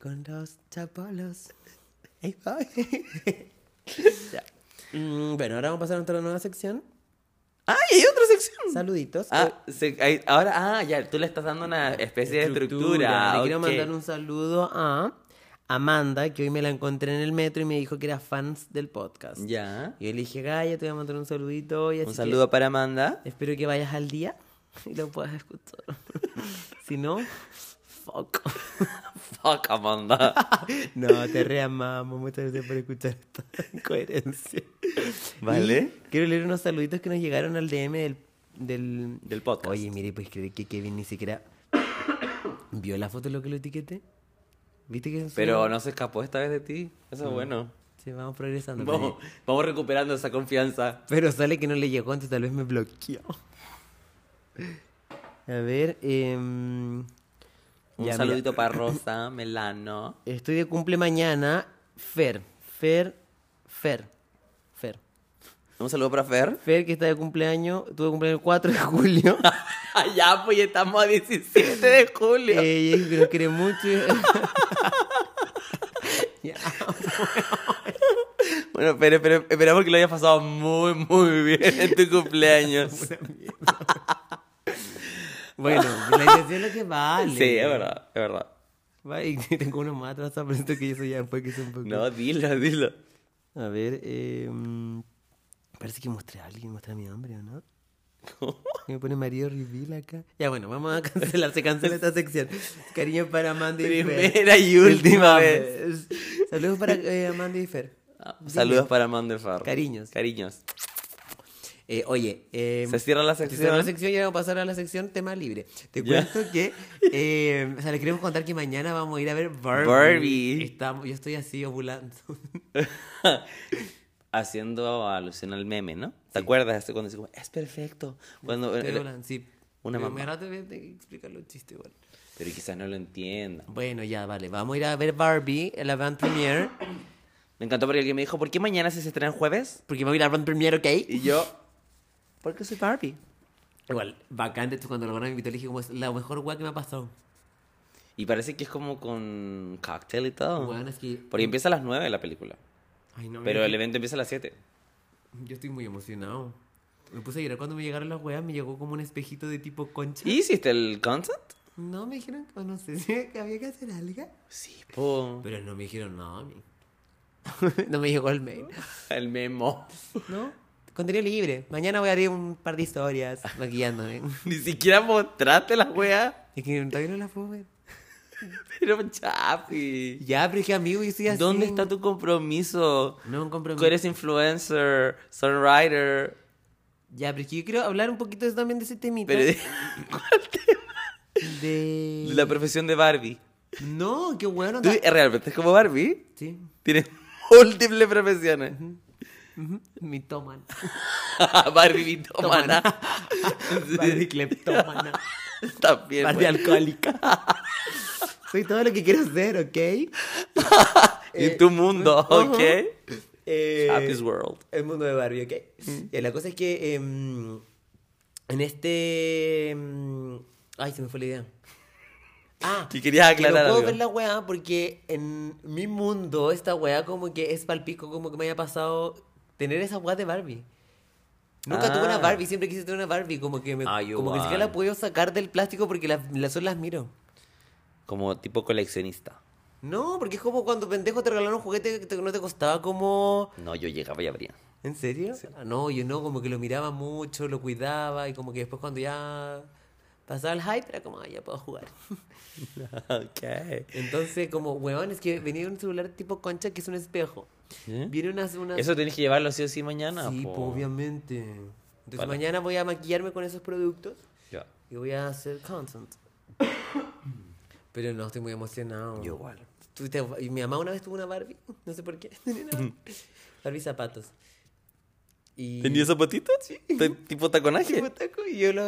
S1: con los chapolos. Ahí voy.
S2: Ya.
S1: Mm, bueno, ahora vamos a pasar a nuestra nueva sección.
S2: ¡Ay, hay otra sección!
S1: Saluditos.
S2: Ah, se- hay- ahora, ah, ya, tú le estás dando una especie de estructura.
S1: Le quiero
S2: ok.
S1: mandar un saludo a Amanda, que hoy me la encontré en el metro y me dijo que era fans del podcast.
S2: Ya.
S1: Y yo le dije, Gaya, te voy a mandar un saludito hoy. así
S2: Un
S1: que
S2: saludo para Amanda.
S1: Espero que vayas al día y lo puedas escuchar. si no, fuck.
S2: Fuck, Amanda.
S1: No, te reamamos. Muchas gracias por escuchar esta incoherencia.
S2: Vale.
S1: Y quiero leer unos saluditos que nos llegaron al DM del, del,
S2: Del podcast.
S1: Oye, mire, pues creer que Kevin ni siquiera vio la foto de lo que lo etiqueté. ¿Viste que eso-
S2: Pero no se escapó esta vez de ti. Eso es bueno.
S1: Sí, vamos progresando.
S2: Vamos, vamos recuperando esa confianza.
S1: Pero sale que no le llegó, entonces tal vez me bloqueó. A ver, em,
S2: Un
S1: ya, mira.
S2: saludito para Rosa, Melano.
S1: Estoy de cumple mañana. Fer, Fer, Fer, Fer.
S2: Un saludo para Fer.
S1: Fer, que está de cumpleaños, tuve cumpleaños el 4 de julio.
S2: ya, pues ya estamos a 17 de julio.
S1: Ella dijo Eh, que nos quiere mucho. Ya.
S2: Bueno, pero, pero esperamos que lo hayas pasado muy, muy bien en tu cumpleaños.
S1: Bueno, la intención es lo que vale.
S2: Sí, es verdad, es verdad.
S1: Va, y tengo uno más atrás, pero esto que yo soy ya fue que es un poco.
S2: No, dilo, dilo.
S1: em, A ver, eh, mm, parece que mostré a alguien, mostré a mi hambre, ¿o no? Me pone Mario Reveal acá. Ya bueno, vamos a cancelar, se cancela esta sección. Cariño para Amanda y Fer.
S2: Primera y última vez.
S1: Saludos para eh, Amanda y Fer.
S2: Ah, Saludos para Amanda Farro.
S1: Cariños.
S2: Cariños.
S1: Eh, oye, eh,
S2: Se cierra la
S1: Se cerró la
S2: sección.
S1: sección y vamos a pasar a la sección tema libre. Te
S2: Ya.
S1: cuento que, eh, o sea, les queremos contar que mañana vamos a ir a ver Barbie.
S2: Barbie.
S1: Estamos, yo estoy así ovulando.
S2: Haciendo alusión al meme, ¿no? ¿Te acuerdas? Este Cuando dice, es perfecto. Cuando,
S1: Estoy ovulando, sí.
S2: eh, Una
S1: Pero
S2: mamá.
S1: Me rato de, de explicar los chistes igual.
S2: pero quizás no lo entienda.
S1: Bueno, ya, vale. Vamos a ir a ver Barbie, la van premiere.
S2: Me encantó porque alguien me dijo, ¿por qué mañana si se estrena el jueves?
S1: Porque vamos a ir a la van premiere, ¿ok?
S2: Y yo, porque soy Barbie.
S1: Igual, bacán. De hecho, cuando lo van a invitar, le dije, como es la mejor weá que me ha pasado.
S2: Y parece que es como con cóctel y todo.
S1: Weón, es que.
S2: Porque empieza a las 9 la película.
S1: Ay, no,
S2: Ah. Pero
S1: mira,
S2: el evento empieza a las 7.
S1: Yo estoy muy emocionado. Me puse a llorar cuando me llegaron las weas, me llegó como un espejito de tipo concha.
S2: ¿Y hiciste el concept?
S1: No me dijeron, o no sé, si que había que hacer algo.
S2: Sí, po.
S1: Pero no me dijeron nada a mí. no me llegó el mail.
S2: El memo.
S1: ¿No? Contenido libre. Mañana voy a abrir un par de historias maquillándome.
S2: Ni siquiera mostraste la wea.
S1: es que todavía no la puedo ver.
S2: Pero chapi.
S1: Ya, pero es que amigo, yo soy así.
S2: ¿Dónde está tu compromiso?
S1: No, un
S2: Tú
S1: compromiso.
S2: eres influencer, songwriter.
S1: Ya, pero es que yo quiero hablar un poquito de- también de ese temita.
S2: Pero
S1: De...
S2: la profesión de Barbie.
S1: No, qué bueno.
S2: ¿Tú realmente es como Barbie?
S1: Sí.
S2: Tienes múltiples profesiones.
S1: Mi toman.
S2: Barbie bitomana.
S1: Barbie cleptómana.
S2: También.
S1: Barbie
S2: bueno.
S1: alcohólica. Soy todo lo que quiero ser, ¿ok?
S2: Y tu mundo,
S1: Ujú.
S2: ¿ok?
S1: Eh,
S2: Happy's World.
S1: El mundo de Barbie, ok.
S2: Mm.
S1: Ya, la cosa es que em, en este. em, ay, se me fue la idea. Ah,
S2: Que querías aclarar
S1: no puedo
S2: algo.
S1: ver la weá porque en mi mundo, esta weá como que es palpico, como que me haya pasado tener esa weá de Barbie. Nunca tuve una
S2: Ah.
S1: Barbie, siempre quise tener una Barbie, como que me,
S2: Ah, yo
S1: como que ni siquiera
S2: igual.
S1: la he podido sacar del plástico porque las, las solo las miro.
S2: Como tipo coleccionista.
S1: No, porque es como cuando pendejo te regalaron un juguete que te- no te costaba como
S2: No, yo llegaba y abría.
S1: ¿En serio? Ah, No, yo no, como que lo miraba mucho, lo cuidaba y como que después cuando ya pasaba el hype era como, ah, ya puedo jugar.
S2: ok.
S1: Entonces, como, weón, es que venía un celular tipo concha que es un espejo.
S2: ¿Eh?
S1: Viene unas... unas...
S2: Eso tienes que llevarlo sí o sí mañana.
S1: Sí,
S2: po.
S1: po, obviamente. Entonces
S2: Para.
S1: mañana voy a maquillarme con esos productos
S2: Ya.
S1: y voy a hacer content. Pero no, estoy muy emocionado.
S2: Yo igual.
S1: Tú te- y mi mamá una vez tuvo una Barbie, no sé por qué. tenía una Barbie. Barbie zapatos. Y...
S2: ¿Tenías zapatitos? Sí. ¿Tipo taconaje?
S1: Tipo taco, Y yo lo-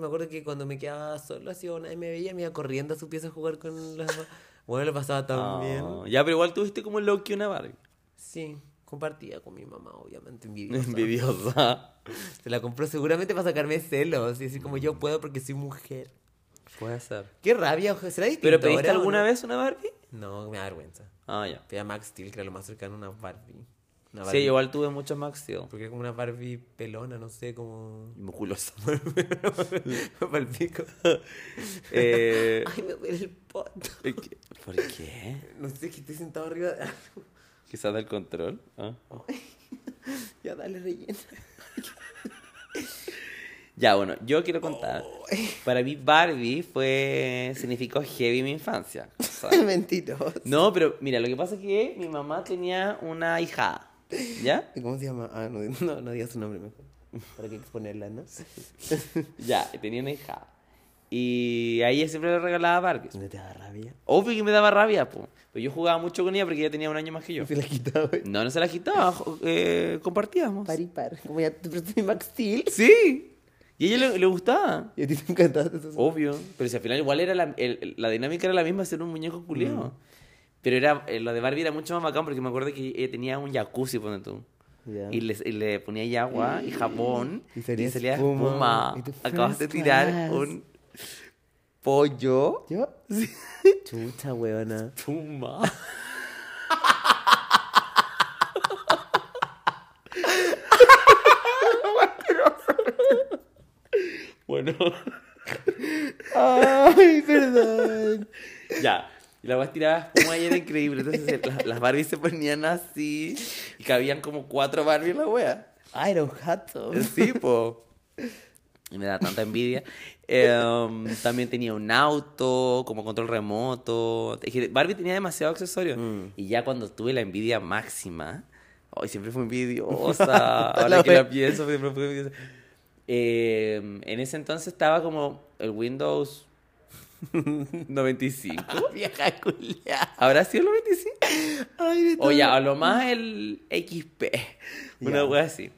S1: me acuerdo que cuando me quedaba solo, así, nadie me veía, me iba corriendo a su pieza a jugar con las. Bueno, lo pasaba tan bien.
S2: Ah, ya, pero igual tuviste como Loki una Barbie.
S1: Sí, compartía con mi mamá, obviamente, envidiosa.
S2: Envidiosa.
S1: Se la compró seguramente para sacarme celos y decir, como
S2: Mm.
S1: yo puedo porque soy mujer.
S2: Puede ser.
S1: Qué rabia, ojo, ¿será distinto?
S2: ¿Pero pediste alguna vez una Barbie?
S1: No, me da vergüenza.
S2: Ah, ya.
S1: Pedí a Max Steel, que era lo más cercano a una Barbie. Una Barbie.
S2: Sí, igual tuve muchas Max Steel.
S1: Porque era como una Barbie pelona, no sé, como.
S2: Musculosa.
S1: Palpico.
S2: Eh,
S1: Ay, me duele el poto.
S2: ¿Por qué?
S1: No sé, que estoy sentado arriba de algo.
S2: Quizás del control. Ah.
S1: Ya dale rellena.
S2: Ya, bueno, yo quiero contar. Para mí Barbie fue significó heavy mi infancia. O sea,
S1: Mentiros.
S2: no, pero mira, lo que pasa es que mi mamá tenía una hija, ¿ya?
S1: ¿Cómo se llama? Ah, no, no, no digas su nombre mejor. Para que exponerla, ¿no?
S2: Ya, tenía una hija. Y a ella siempre le regalaba Barbies.
S1: ¿No te da rabia?
S2: Obvio que me daba rabia, po. Pero yo jugaba mucho con ella porque ella tenía un año más que yo.
S1: Se la quitaba.
S2: No, no se la quitaba, jo- eh, compartíamos.
S1: Par y par. Como ya te presté mi Max Steel.
S2: Sí. Y a ella le, le gustaba.
S1: Y a ti te encantaba eso.
S2: Obvio. Pero si al final igual era la, el- el- la dinámica era la misma, hacer un muñeco
S1: Mm.
S2: culiado. Pero era, eh, lo de Barbie era mucho más bacán porque me acuerdo que eh, tenía un jacuzzi, ponte tú.
S1: Ya.
S2: Y, les- y le ponía ahí agua y jabón.
S1: Mm. Y
S2: Y
S1: salía
S2: salía,
S1: espuma.
S2: espuma.
S1: Y tú,
S2: Acabas de
S1: first
S2: tirar
S1: class.
S2: un pollo.
S1: ¿Yo? Sí. Chucha, huevona.
S2: Espuma. bueno,
S1: Ay, perdón.
S2: ya. Y la weá tiraba espuma y era increíble. Entonces el- las, las Barbies se ponían así y cabían como cuatro Barbies en la wea.
S1: Ah, era un gato.
S2: Sí, Eh, po. y me da tanta envidia. Em, también tenía un auto, como control remoto. Es que Barbie tenía demasiado accesorios. Y ya cuando tuve la envidia máxima, hoy siempre fue envidiosa. Ahora
S1: La
S2: que la
S1: ve-
S2: pienso, siempre fui envidiosa. Em, en ese entonces estaba como el Windows 95.
S1: Vieja culia.
S2: ¿Habrá sido el 95?
S1: Ay, de
S2: O
S1: todo.
S2: ya, a lo más el XP. Una
S1: Ya.
S2: wea así.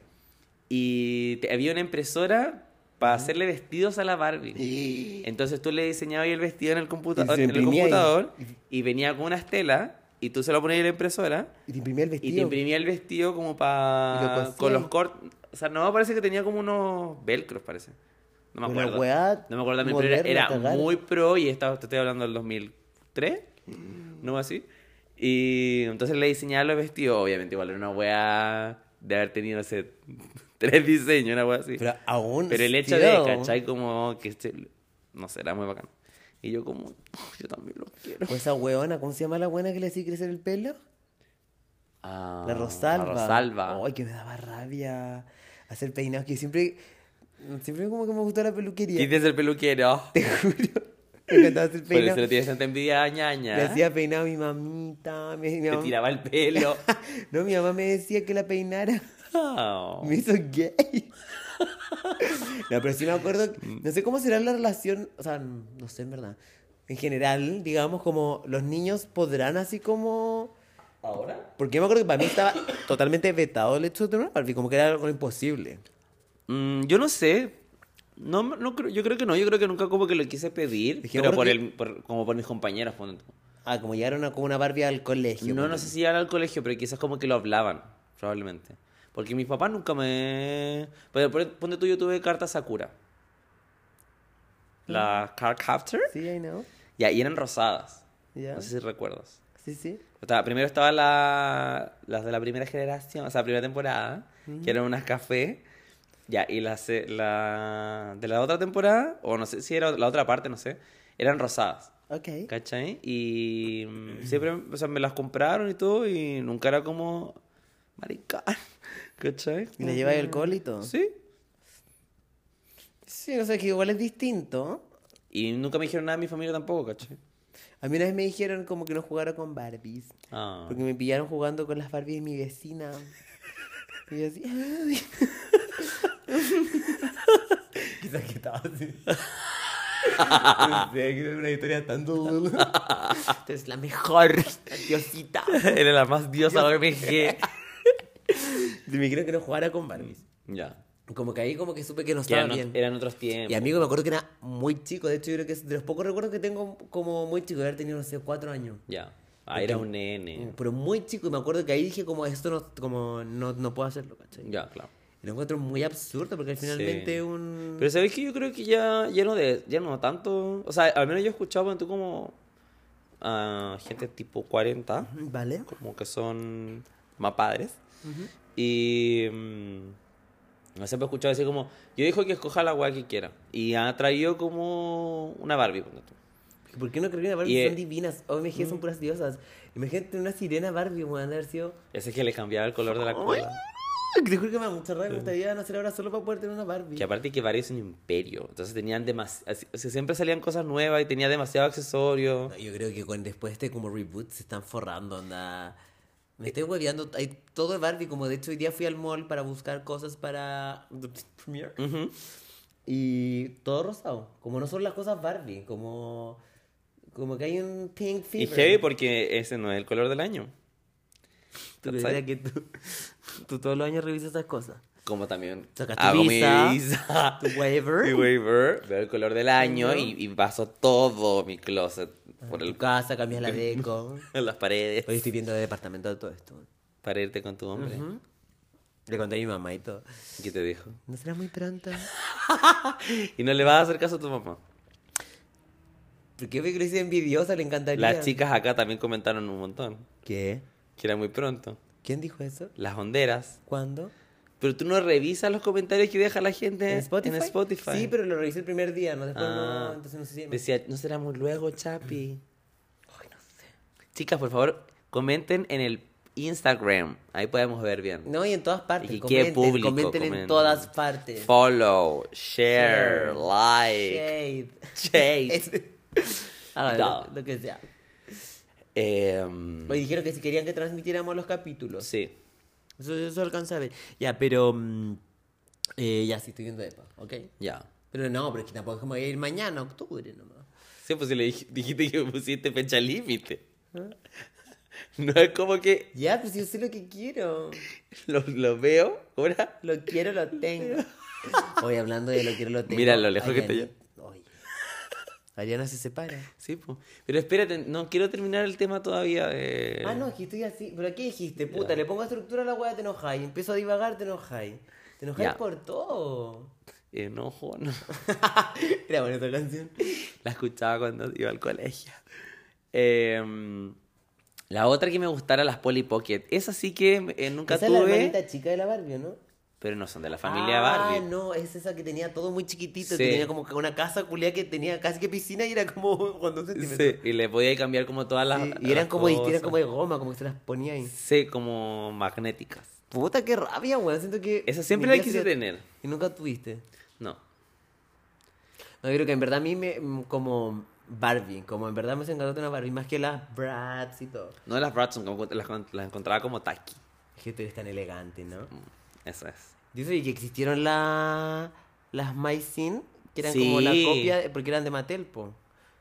S2: Y te- había una impresora para hacerle vestidos a la Barbie.
S1: Y-
S2: Entonces tú le diseñabas el vestido en el
S1: Y
S2: computador,
S1: se
S2: en el
S1: imprimía ahí.
S2: computador y venía con unas telas y tú se lo ponías en la impresora
S1: Y te imprimía el
S2: y te
S1: vestido.
S2: imprimía el vestido como
S1: Y lo
S2: para...
S1: cosía.
S2: Con los cortes... O sea, no, parece que tenía como unos velcros, parece. No me
S1: Una
S2: acuerdo.
S1: weá
S2: no me acuerdo también, pero
S1: moderna,
S2: era, era
S1: cagar.
S2: muy pro y estaba, te estoy hablando del 2003,
S1: Mm.
S2: no así. Y entonces le diseñaba los vestidos, obviamente, igual era una weá de haber tenido, no sé, tres diseños, una weá así. Pero,
S1: Pero aún.
S2: el hecho
S1: still.
S2: de, ¿cachai? Como que, este- no sé, era muy bacán. Y yo como, yo también lo quiero.
S1: O esa weona, ¿cómo se llama la buena que le hacía crecer el pelo?
S2: Ah,
S1: La Rosalba.
S2: La Rosalba.
S1: Ay, que me daba rabia hacer peinados que siempre. Siempre como que me gustó la peluquería.
S2: ¿Quién es el peluquero?
S1: Me encantaba hacer
S2: Por eso
S1: peinado.
S2: le tienes tanta envidia a ñaña.
S1: Le hacía peinado a mi mamita. Mi, mi
S2: Te
S1: mamá-
S2: tiraba el pelo.
S1: No, mi mamá me decía que la peinara.
S2: Oh.
S1: Me hizo gay. No, pero sí me acuerdo.
S2: Mm.
S1: No sé cómo será la relación. O sea, no sé, en verdad. En general, digamos, como los niños podrán así como.
S2: ¿Ahora?
S1: Porque yo me acuerdo que para mí estaba totalmente vetado el hecho de tener una Barbie, como que era algo imposible.
S2: Mm, yo no sé. No, no creo- yo creo que no, yo creo que nunca como que lo quise pedir,
S1: Es que
S2: pero
S1: ahora
S2: por
S1: que-
S2: el, por- como por mis compañeros. ponte tú.
S1: Ah, como llegar una, con una Barbie al colegio.
S2: No,
S1: ponte
S2: no sé si llegar al colegio, pero quizás como que lo hablaban, probablemente. Porque mis papás nunca me... Pero por- ponte tú, yo tuve carta Sakura.
S1: Mm.
S2: La Card Captor.
S1: tú. Sí, I know.
S2: Ya, y eran rosadas.
S1: Ya.
S2: No sé si recuerdas.
S1: Sí, sí.
S2: Estaba- primero estaba la, las de la primera generación, o sea, primera temporada, que eran unas café. Ya, y las eh, la, de la otra temporada, o no sé si era la otra parte, no sé, eran rosadas.
S1: Ok.
S2: ¿Cachai? Y mm, siempre, o sea, me las compraron y todo, y nunca era como maricón. ¿Cachai?
S1: ¿Y
S2: Como
S1: le lleváis
S2: que-
S1: el colito?
S2: Sí.
S1: Sí, no sé, que igual es distinto.
S2: Y nunca me dijeron nada de mi familia tampoco, ¿cachai?
S1: A mí una vez me dijeron como que no jugara con Barbies.
S2: Ah.
S1: Porque me pillaron jugando con las Barbies de mi vecina. Y yo así. "Ay". Quizás que estaba así. No sé, que era una historia tan dura. Esta es la mejor, la diosita.
S2: Era la más diosa OMG.
S1: Y Me dijeron que no jugara con Barbies.
S2: ya.
S1: Como que ahí como que supe que no
S2: Que
S1: estaba
S2: eran,
S1: bien.
S2: ot- eran otros tiempos.
S1: Y amigo, me acuerdo que era muy chico. De hecho, yo creo que es de los pocos recuerdos que tengo como muy chico, de haber tenido, no sé, cuatro años.
S2: Ya. Ah, era
S1: Porque-
S2: un nene.
S1: Pero muy chico. Y me acuerdo que ahí dije como, esto no, como, no, no puedo hacerlo, ¿cachai?
S2: Ya, claro.
S1: Y Lo encuentro muy absurdo porque
S2: Sí.
S1: finalmente un...
S2: Pero sabes que yo creo que ya, ya no de, ya no tanto. O sea, al menos yo he escuchado ponte tú como a gente tipo 40,
S1: ¿Vale?
S2: como que son más padres. Y mm, no siempre he escuchado decir como, yo dijo que escoja la weá que quiera. Y ha traído como una Barbie, ponte tú.
S1: ¿Por qué no creo que las Barbie
S2: Y, eh, mm.
S1: son divinas? OMG son puras diosas. Imagínate una sirena Barbie, weón, de haber sido...
S2: Ese que le cambiaba el color de la cola.
S1: Te juro que me da mucha rabia, me gustaría nacer ahora solo para poder tener una Barbie.
S2: Que aparte que Barbie es un imperio. Entonces tenían demasiado, siempre salían cosas nuevas y tenía demasiado accesorio.
S1: No, yo creo que con, después de este como reboot se están forrando, onda. Me estoy hueveando. Hay todo de Barbie, como de hecho hoy día fui al mall para buscar cosas para the premiere. Y todo rosado. Como no son las cosas Barbie, como. Como que hay un pink
S2: Y
S1: fever.
S2: heavy porque ese no es el color del año.
S1: Tú creerías que tú, tú todos los años revisas esas cosas.
S2: Como también
S1: Sacaste
S2: hago
S1: visa,
S2: mi visa.
S1: Tu waiver.
S2: Mi waiver. Veo el color del año y, y paso todo mi closet por
S1: Tu
S2: el,
S1: casa, cambias la deco.
S2: las paredes
S1: Hoy estoy viendo de departamento de todo esto.
S2: para irte con tu hombre.
S1: Le conté a mi mamá y todo.
S2: ¿Qué te dijo?
S1: ¿No será muy pronto?
S2: Y no le vas a hacer caso a tu mamá.
S1: ¿Por qué me crees envidiosa? Le encantaría.
S2: Las chicas acá también comentaron un montón.
S1: ¿Qué?
S2: Que era muy pronto.
S1: ¿Quién dijo eso?
S2: Las honderas.
S1: ¿Cuándo?
S2: Pero tú no revisas los comentarios que deja la gente Eh, en Spotify.
S1: Sí, pero lo revisé el primer día, ¿no? Después
S2: Ah.
S1: no, entonces no sé si...
S2: Decía, no será muy luego, Chapi. Chicas, por favor, comenten en el Instagram. Ahí podemos ver bien.
S1: No, y en todas partes.
S2: Mm. Y que quede
S1: comenten,
S2: público,
S1: comenten en
S2: comenten.
S1: todas partes.
S2: Follow, share, like.
S1: Shade.
S2: Shade.
S1: Es- Háganlo,
S2: No.
S1: lo que sea.
S2: Em,
S1: Hoy Pues dijeron que si querían que transmitiéramos los capítulos.
S2: sí.
S1: Eso, eso alcanza a ver. Ya, pero. mm, eh, ya, sí, estoy viendo EPA, ¿ok?
S2: Ya.
S1: Pero no, pero es que tampoco es como voy a ir mañana, octubre nomás.
S2: Sí, pues si le dij- dijiste que pusiste fecha límite. No es como que
S1: Ya, pues yo sé lo que quiero.
S2: lo, lo veo ahora.
S1: Lo quiero, lo tengo. Hoy hablando de lo quiero, lo tengo.
S2: Mira lo lejos que
S1: Ariana-
S2: estoy
S1: Oye. Ariana se separa.
S2: Sí, pues. Pero espérate, no quiero terminar el tema todavía. eh.
S1: Ah, no, es que estoy así. ¿Pero qué dijiste? Puta, le pongo estructura a la weá, te enojáis. Empiezo a divagar, te enojáis. Te enojáis
S2: Ya.
S1: por todo.
S2: Enojo, no.
S1: Era buena esta canción.
S2: La escuchaba cuando iba al colegio. Em, la otra que me gustara, las Polly Pocket. Esa sí que eh, nunca
S1: Esa es la
S2: tuve.
S1: hermanita chica de la Barbie, ¿o ¿no?
S2: Pero no son de la familia
S1: ah,
S2: Barbie.
S1: no, es esa que tenía todo muy
S2: Sí.
S1: chiquitito. que Tenía como que una casa culia que tenía casi que piscina y era como cuando se
S2: Sí, y le podía cambiar como todas las.
S1: y eran
S2: las
S1: como, de- eran
S2: cosas.
S1: como de goma, como que se las ponía ahí.
S2: Sí, como magnéticas.
S1: Puta, qué rabia, weón. Siento que.
S2: Esa siempre
S1: mi
S2: la
S1: vida
S2: quise
S1: sería-
S2: tener.
S1: Y nunca tuviste.
S2: No.
S1: No, yo creo que en verdad a mí me. mm, Como Barbie. Como en verdad me encantó una Barbie más que las Bratz y todo.
S2: No las Bratson, como que las, las encontraba como Taki.
S1: Es que tú eres tan elegante, ¿no?
S2: Eso es.
S1: Yo sabía que existieron la, las MySin, que eran
S2: Sí.
S1: como la copia, de- porque eran de Mattel, po.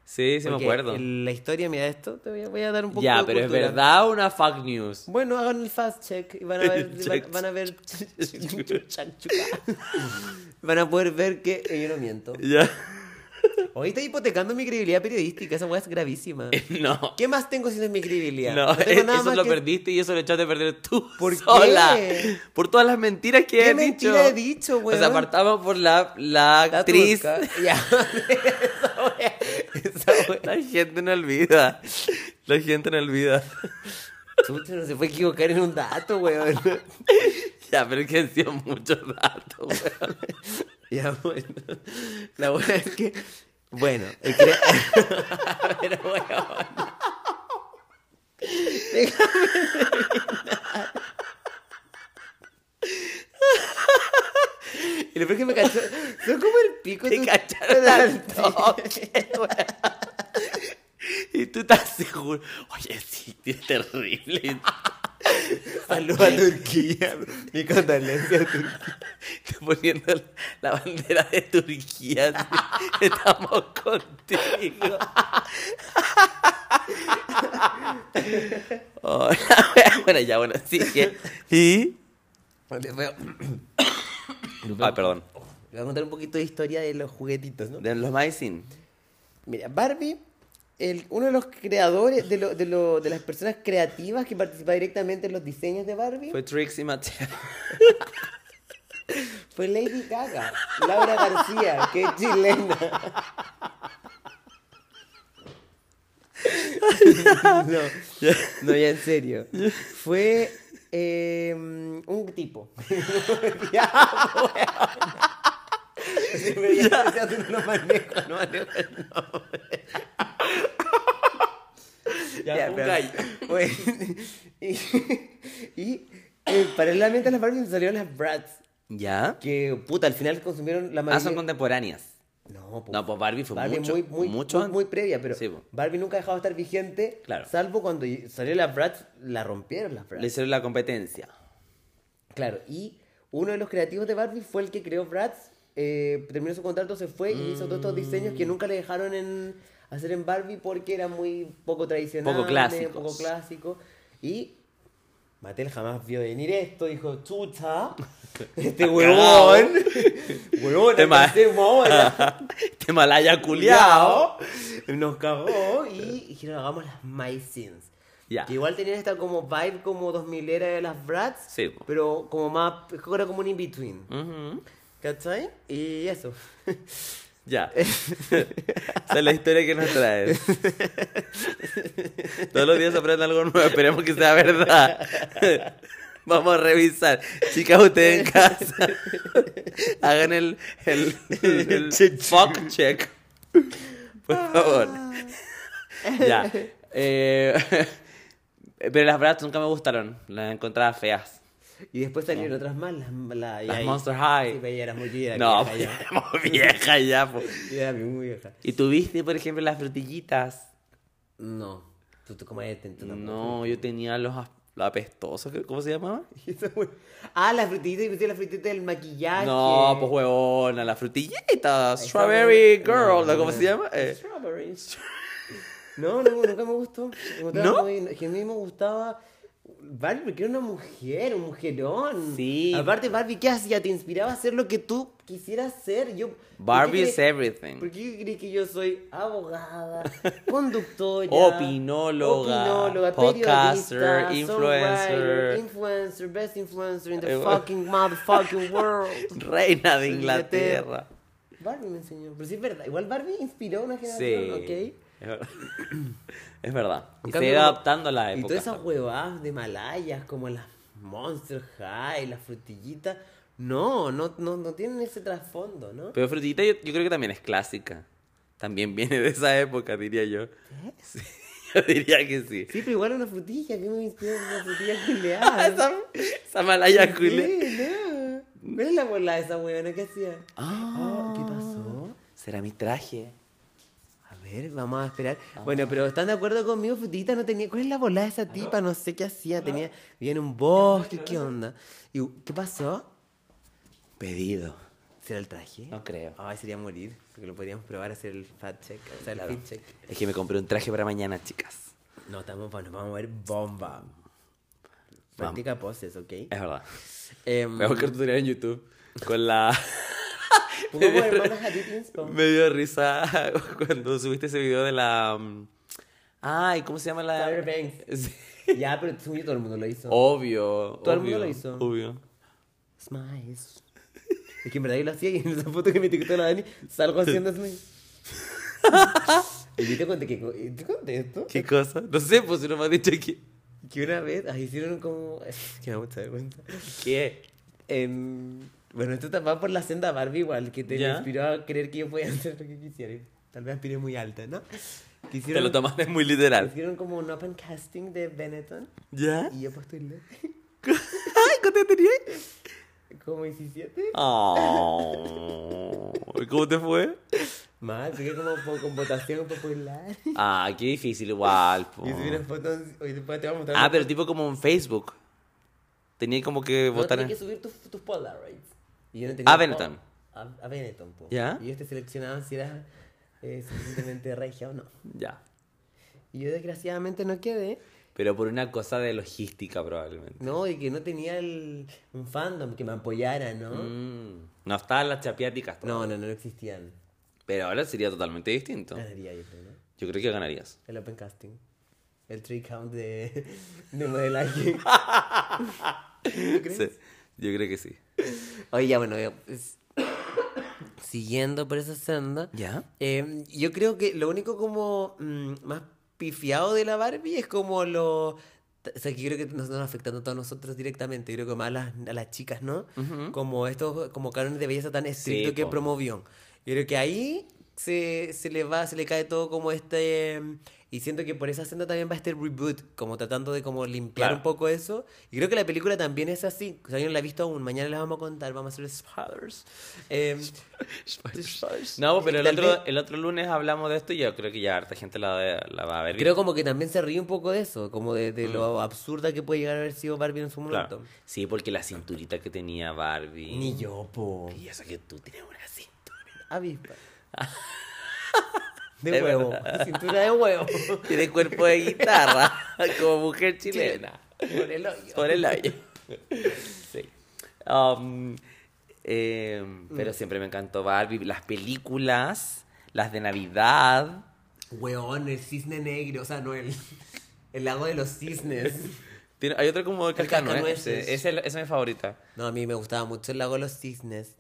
S2: Sí, sí me
S1: Porque
S2: acuerdo.
S1: el- la historia, mira esto, te voy a, voy a dar un poco
S2: Ya,
S1: de
S2: pero es
S1: cultura.
S2: verdad una fuck news.
S1: Bueno, hagan el fast check y van a ver,
S2: Check.
S1: van, van a ver, van a poder ver que eh, yo no miento.
S2: Ya.
S1: Hoy estoy hipotecando mi credibilidad periodística, esa weá es gravísima.
S2: No.
S1: ¿Qué más tengo si no es mi credibilidad?
S2: No,
S1: tengo nada
S2: eso
S1: más
S2: lo
S1: que-
S2: perdiste y eso lo echaste a perder tú
S1: ¿Por
S2: sola.
S1: qué?
S2: Por todas las mentiras que
S1: ¿Qué
S2: he dicho.
S1: mentira he dicho,
S2: O sea,
S1: weón?
S2: partamos por la, la
S1: La
S2: actriz.
S1: turca. Ya. Esa weá, esa weá.
S2: La gente no olvida. La gente no olvida.
S1: Chucha, no se puede equivocar en un dato, weón.
S2: Ya, pero es que han sido muchos datos, weón.
S1: Ya, bueno. La buena es que. Bueno, el cre... Pero, weón. Déjame terminar. Y lo peor que me cachó. Son como el pico
S2: Te
S1: tus-
S2: cacharon al toque, weón. Y tú estás seguro. Oye, sí, es terrible.
S1: Saludos a Turquía. Mi condolencia a Turquía.
S2: Estoy poniendo la- la bandera de Turquía. así. Estamos contigo. Oh, la wea. bueno, ya, bueno, sí. que- ¿Y? Ay, Ah, perdón.
S1: Le voy a contar un poquito de historia de los juguetitos, ¿no?
S2: De los maicin.
S1: Mira, Barbie, el, uno de los creadores, de, lo- de, lo- de las personas creativas que participa directamente en los diseños de Barbie, fue,
S2: Fue Trixie Mattel.
S1: Lady Gaga, Laura García, que es chilena. no, no, ya en serio. Fue eh, un tipo. ya, weón. Ya, ya, tú no lo manejas, no manejas el nombre.
S2: Ya, un
S1: pero-
S2: gallo.
S1: Bueno, y y, eh, paralelamente a las Barbies salieron las Bratz.
S2: ¿Ya?
S1: Que puta, al final consumieron la
S2: Ah,
S1: mayoría.
S2: son contemporáneas.
S1: No, po.
S2: No, pues Barbie fue
S1: Barbie
S2: mucho,
S1: muy, muy,
S2: mucho
S1: muy,
S2: antes.
S1: muy previa, pero
S2: Sí, po.
S1: Barbie nunca ha dejado de estar vigente.
S2: Claro.
S1: Salvo cuando salió las Bratz, la rompieron las Bratz.
S2: Le hicieron la competencia.
S1: Claro, y uno de los creativos de Barbie fue el que creó Bratz. eh, terminó su contrato, se fue y hizo todos
S2: Mm.
S1: estos diseños que nunca le dejaron en hacer en Barbie porque era muy poco tradicional,
S2: Poco clásicos.
S1: poco clásico. Y Mattel jamás vio venir esto, dijo, chucha, este huevón, huevón,
S2: Te
S1: hay que
S2: ma- Ah.
S1: hacer ahora.
S2: Te malaya culiao.
S1: Culeado, nos cagó y dijeron, hagamos las My Sins.
S2: Ya.
S1: Que igual tenían esta como vibe como 2000 era de las Bratz.
S2: Sí, po.
S1: Pero como más, era como un in-between.
S2: Ujú.
S1: ¿Cachai? Y eso.
S2: Ya. Esa es la historia que nos traes. Todos los días aprende algo nuevo. Esperemos que sea verdad. Vamos a revisar. Chicas, ustedes en casa. Hagan el, el, el fuck check. Por favor. Ya. Eh, Eh, Pero las Bratz nunca me gustaron. Las encontraba feas.
S1: Y después salieron otras más, las, la- y
S2: Las
S1: ahí-
S2: Monster High.
S1: Sí, pero ella era muy vieja.
S2: No,
S1: vieja
S2: pues,
S1: ya.
S2: éramos vieja ya. pues. po.
S1: Ella era muy vieja.
S2: ¿Y tuviste, por ejemplo, las frutillitas?
S1: No. Tú, tú como eres tento tampoco.
S2: No, yo tenía los, ap- los apestosos. que- ¿Cómo se llamaba?
S1: Eso es muy- Ah, las frutitas, y metí las frutitas del maquillaje.
S2: No, pues huevona, las frutillitas.
S1: Ah, Ahí está,
S2: Strawberry
S1: no,
S2: Girl,
S1: no,
S2: ¿no? ¿cómo
S1: no.
S2: se llama? Eh,
S1: Strawberry. No, no, nunca me gustó. Me gustaba
S2: ¿No?
S1: muy- que a mí me gustaba Barbie porque era una mujer, un mujerón.
S2: Sí.
S1: Aparte, Barbie, ¿qué hacía? Te inspiraba a hacer lo que tú quisieras ser. Yo, ¿por qué
S2: Barbie is
S1: crees-
S2: everything.
S1: ¿Por qué crees que yo soy abogada, conductora,
S2: Opinóloga,
S1: opinóloga,
S2: podcaster,
S1: periodista,
S2: influencer.
S1: songwriter, influencer, best influencer in the
S2: Eh, bueno.
S1: fucking motherfucking world?
S2: Reina de
S1: Inglaterra.
S2: Inglaterra.
S1: Barbie me enseñó, pero sí es verdad, igual Barbie inspiró a una
S2: Sí.
S1: generación, ¿ok?
S2: Es verdad. Es verdad.
S1: En
S2: Y
S1: cambio,
S2: se iba
S1: como-
S2: adaptando a la
S1: Y
S2: época.
S1: todas esas huevadas de Malayas, como las Monster High, las frutillitas, no, no, no, no tienen ese trasfondo, ¿no?
S2: Pero Frutillita yo, yo creo que también es clásica. También viene de esa época, diría yo. Sí, yo diría que sí.
S1: Sí, pero igual una frutilla, que me inspira una frutilla culeada.
S2: esa, esa malaya culé.
S1: Sí, no. ¿Cuál es la bola de esa huevona que hacía?
S2: Ah,
S1: ¿Qué pasó?
S2: ¿Será mi traje?
S1: A ver, vamos a esperar.
S2: Ah.
S1: Bueno, pero ¿están de acuerdo conmigo? Frutillita no tenía... ¿Cuál es la bola de esa tipa? No sé qué
S2: Ah,
S1: hacía. Tenía... Vivía en un bosque, ¿qué onda? ¿Y qué pasó?
S2: Pedido.
S1: ¿Será el traje?
S2: No creo.
S1: Ay, sería morir, porque lo podríamos probar hacer el fat check, o sea, el fit check.
S2: Es que me compré un traje para mañana, chicas.
S1: No, estamos, bueno, vamos a ver bomba. Practica poses, ¿ok?
S2: Es verdad.
S1: Em,
S2: Me voy a buscar tutorial en YouTube. Con la.
S1: pongamos hermanas a ti, Inspo.
S2: Me dio risa cuando subiste ese video de la. mm, Ay, ¿cómo se llama la.?
S1: Tyra Banks.
S2: Sí.
S1: Ya, pero según yo, todo el mundo lo hizo.
S2: Obvio.
S1: Todo el mundo
S2: obvio,
S1: lo hizo.
S2: Obvio.
S1: Smiles. Es que en verdad yo lo hacía y en esa foto que me etiquetó la Dani salgo haciendo smiles. y yo te conté que... ¿Te conté esto?
S2: ¿Qué cosa? No sé, pues si no me has dicho que.
S1: Que una vez ah, hicieron como... Es que me da mucha vergüenza.
S2: ¿Qué?
S1: en- Em, Bueno, esto también va por la senda Barbie igual, que te
S2: ¿Ya?
S1: inspiró a creer que yo podía hacer lo que quisiera. y Tal vez aspiré muy alta, ¿no? Que
S2: Te
S1: hicieron,
S2: lo tomaste muy literal.
S1: hicieron como un open casting de Benetton
S2: ¿Ya?
S1: y yo postulé
S2: Ay, ¿cuánto tenías?
S1: como 17.
S2: Oh. Ah. ¿Y ¿Cómo te fue?
S1: Más, llegué como po- con votación popular.
S2: Ah, qué difícil igual. po.
S1: Y subí unas fotos, hoy después te voy a mostrar.
S2: Ah,
S1: unas
S2: pero
S1: fotos.
S2: tipo como en Facebook. Tenía como que
S1: No,
S2: votar.
S1: tenés
S2: en-
S1: que subir tus, tus Polaroids. Y yo no tenía
S2: A Benetton.
S1: po- A, a Benetton, po.
S2: ¿Ya?
S1: Y ellos te seleccionaban si eras eh, suficientemente regia o no.
S2: Ya.
S1: Y yo desgraciadamente no quedé.
S2: Pero por una cosa de logística probablemente.
S1: No, y que no tenía el, un fandom que me apoyara, ¿no?
S2: Mm. No estaban las chapiáticas.
S1: No, no, no existían.
S2: Pero ahora sería totalmente distinto.
S1: Ganaría yo, creo, ¿no?
S2: Yo creo que ganarías.
S1: El open casting. El three count de, de modelaje. ¿Tú crees?
S2: Sí, yo creo que sí.
S1: Oye, ya, bueno, eh, es- siguiendo por esa senda,
S2: ¿Ya?
S1: eh, yo creo que lo único como mm, más pifiado de la Barbie es como lo... O sea, que yo creo que nos están afectando a todos nosotros directamente, yo creo que más a las, a las chicas, ¿no? Como estos, como cánones de belleza tan estrictos que
S2: po.
S1: promovió. Yo creo que ahí se, se le va, se le cae todo como este... em, Y siento que por esa senda también va este reboot, como tratando de como limpiar
S2: Claro.
S1: un poco eso. Y creo que la película también es así. O sea, yo no la he visto aún, mañana les vamos a contar, vamos a hacer spoilers. Em,
S2: No, pero el
S1: Tal
S2: otro,
S1: vez-
S2: el otro lunes hablamos de esto y yo creo que ya harta gente la, la va a ver.
S1: Creo como que también se ríe un poco de eso, como de, de lo absurda que puede llegar a haber sido Barbie en su momento.
S2: Mm. Claro. Sí, porque la cinturita que tenía Barbie.
S1: Ni yo, po.
S2: Y eso que tú tienes una cintura.
S1: Avispa. De
S2: Es
S1: huevo.
S2: verdad.
S1: Cintura de huevo.
S2: Tienes cuerpo de guitarra, como mujer chilena.
S1: Por el hoyo.
S2: Por el hoyo. Sí. Um, eh, pero siempre me encantó Barbie. Las películas, las de Navidad.
S1: Hueón, el cisne negro. O sea, no el. El lago de los cisnes.
S2: Tiene- hay otra como Cascanueces.
S1: Cascanueces.
S2: Esa es la- esa es mi favorita.
S1: No, a mí me gustaba mucho el lago de los cisnes.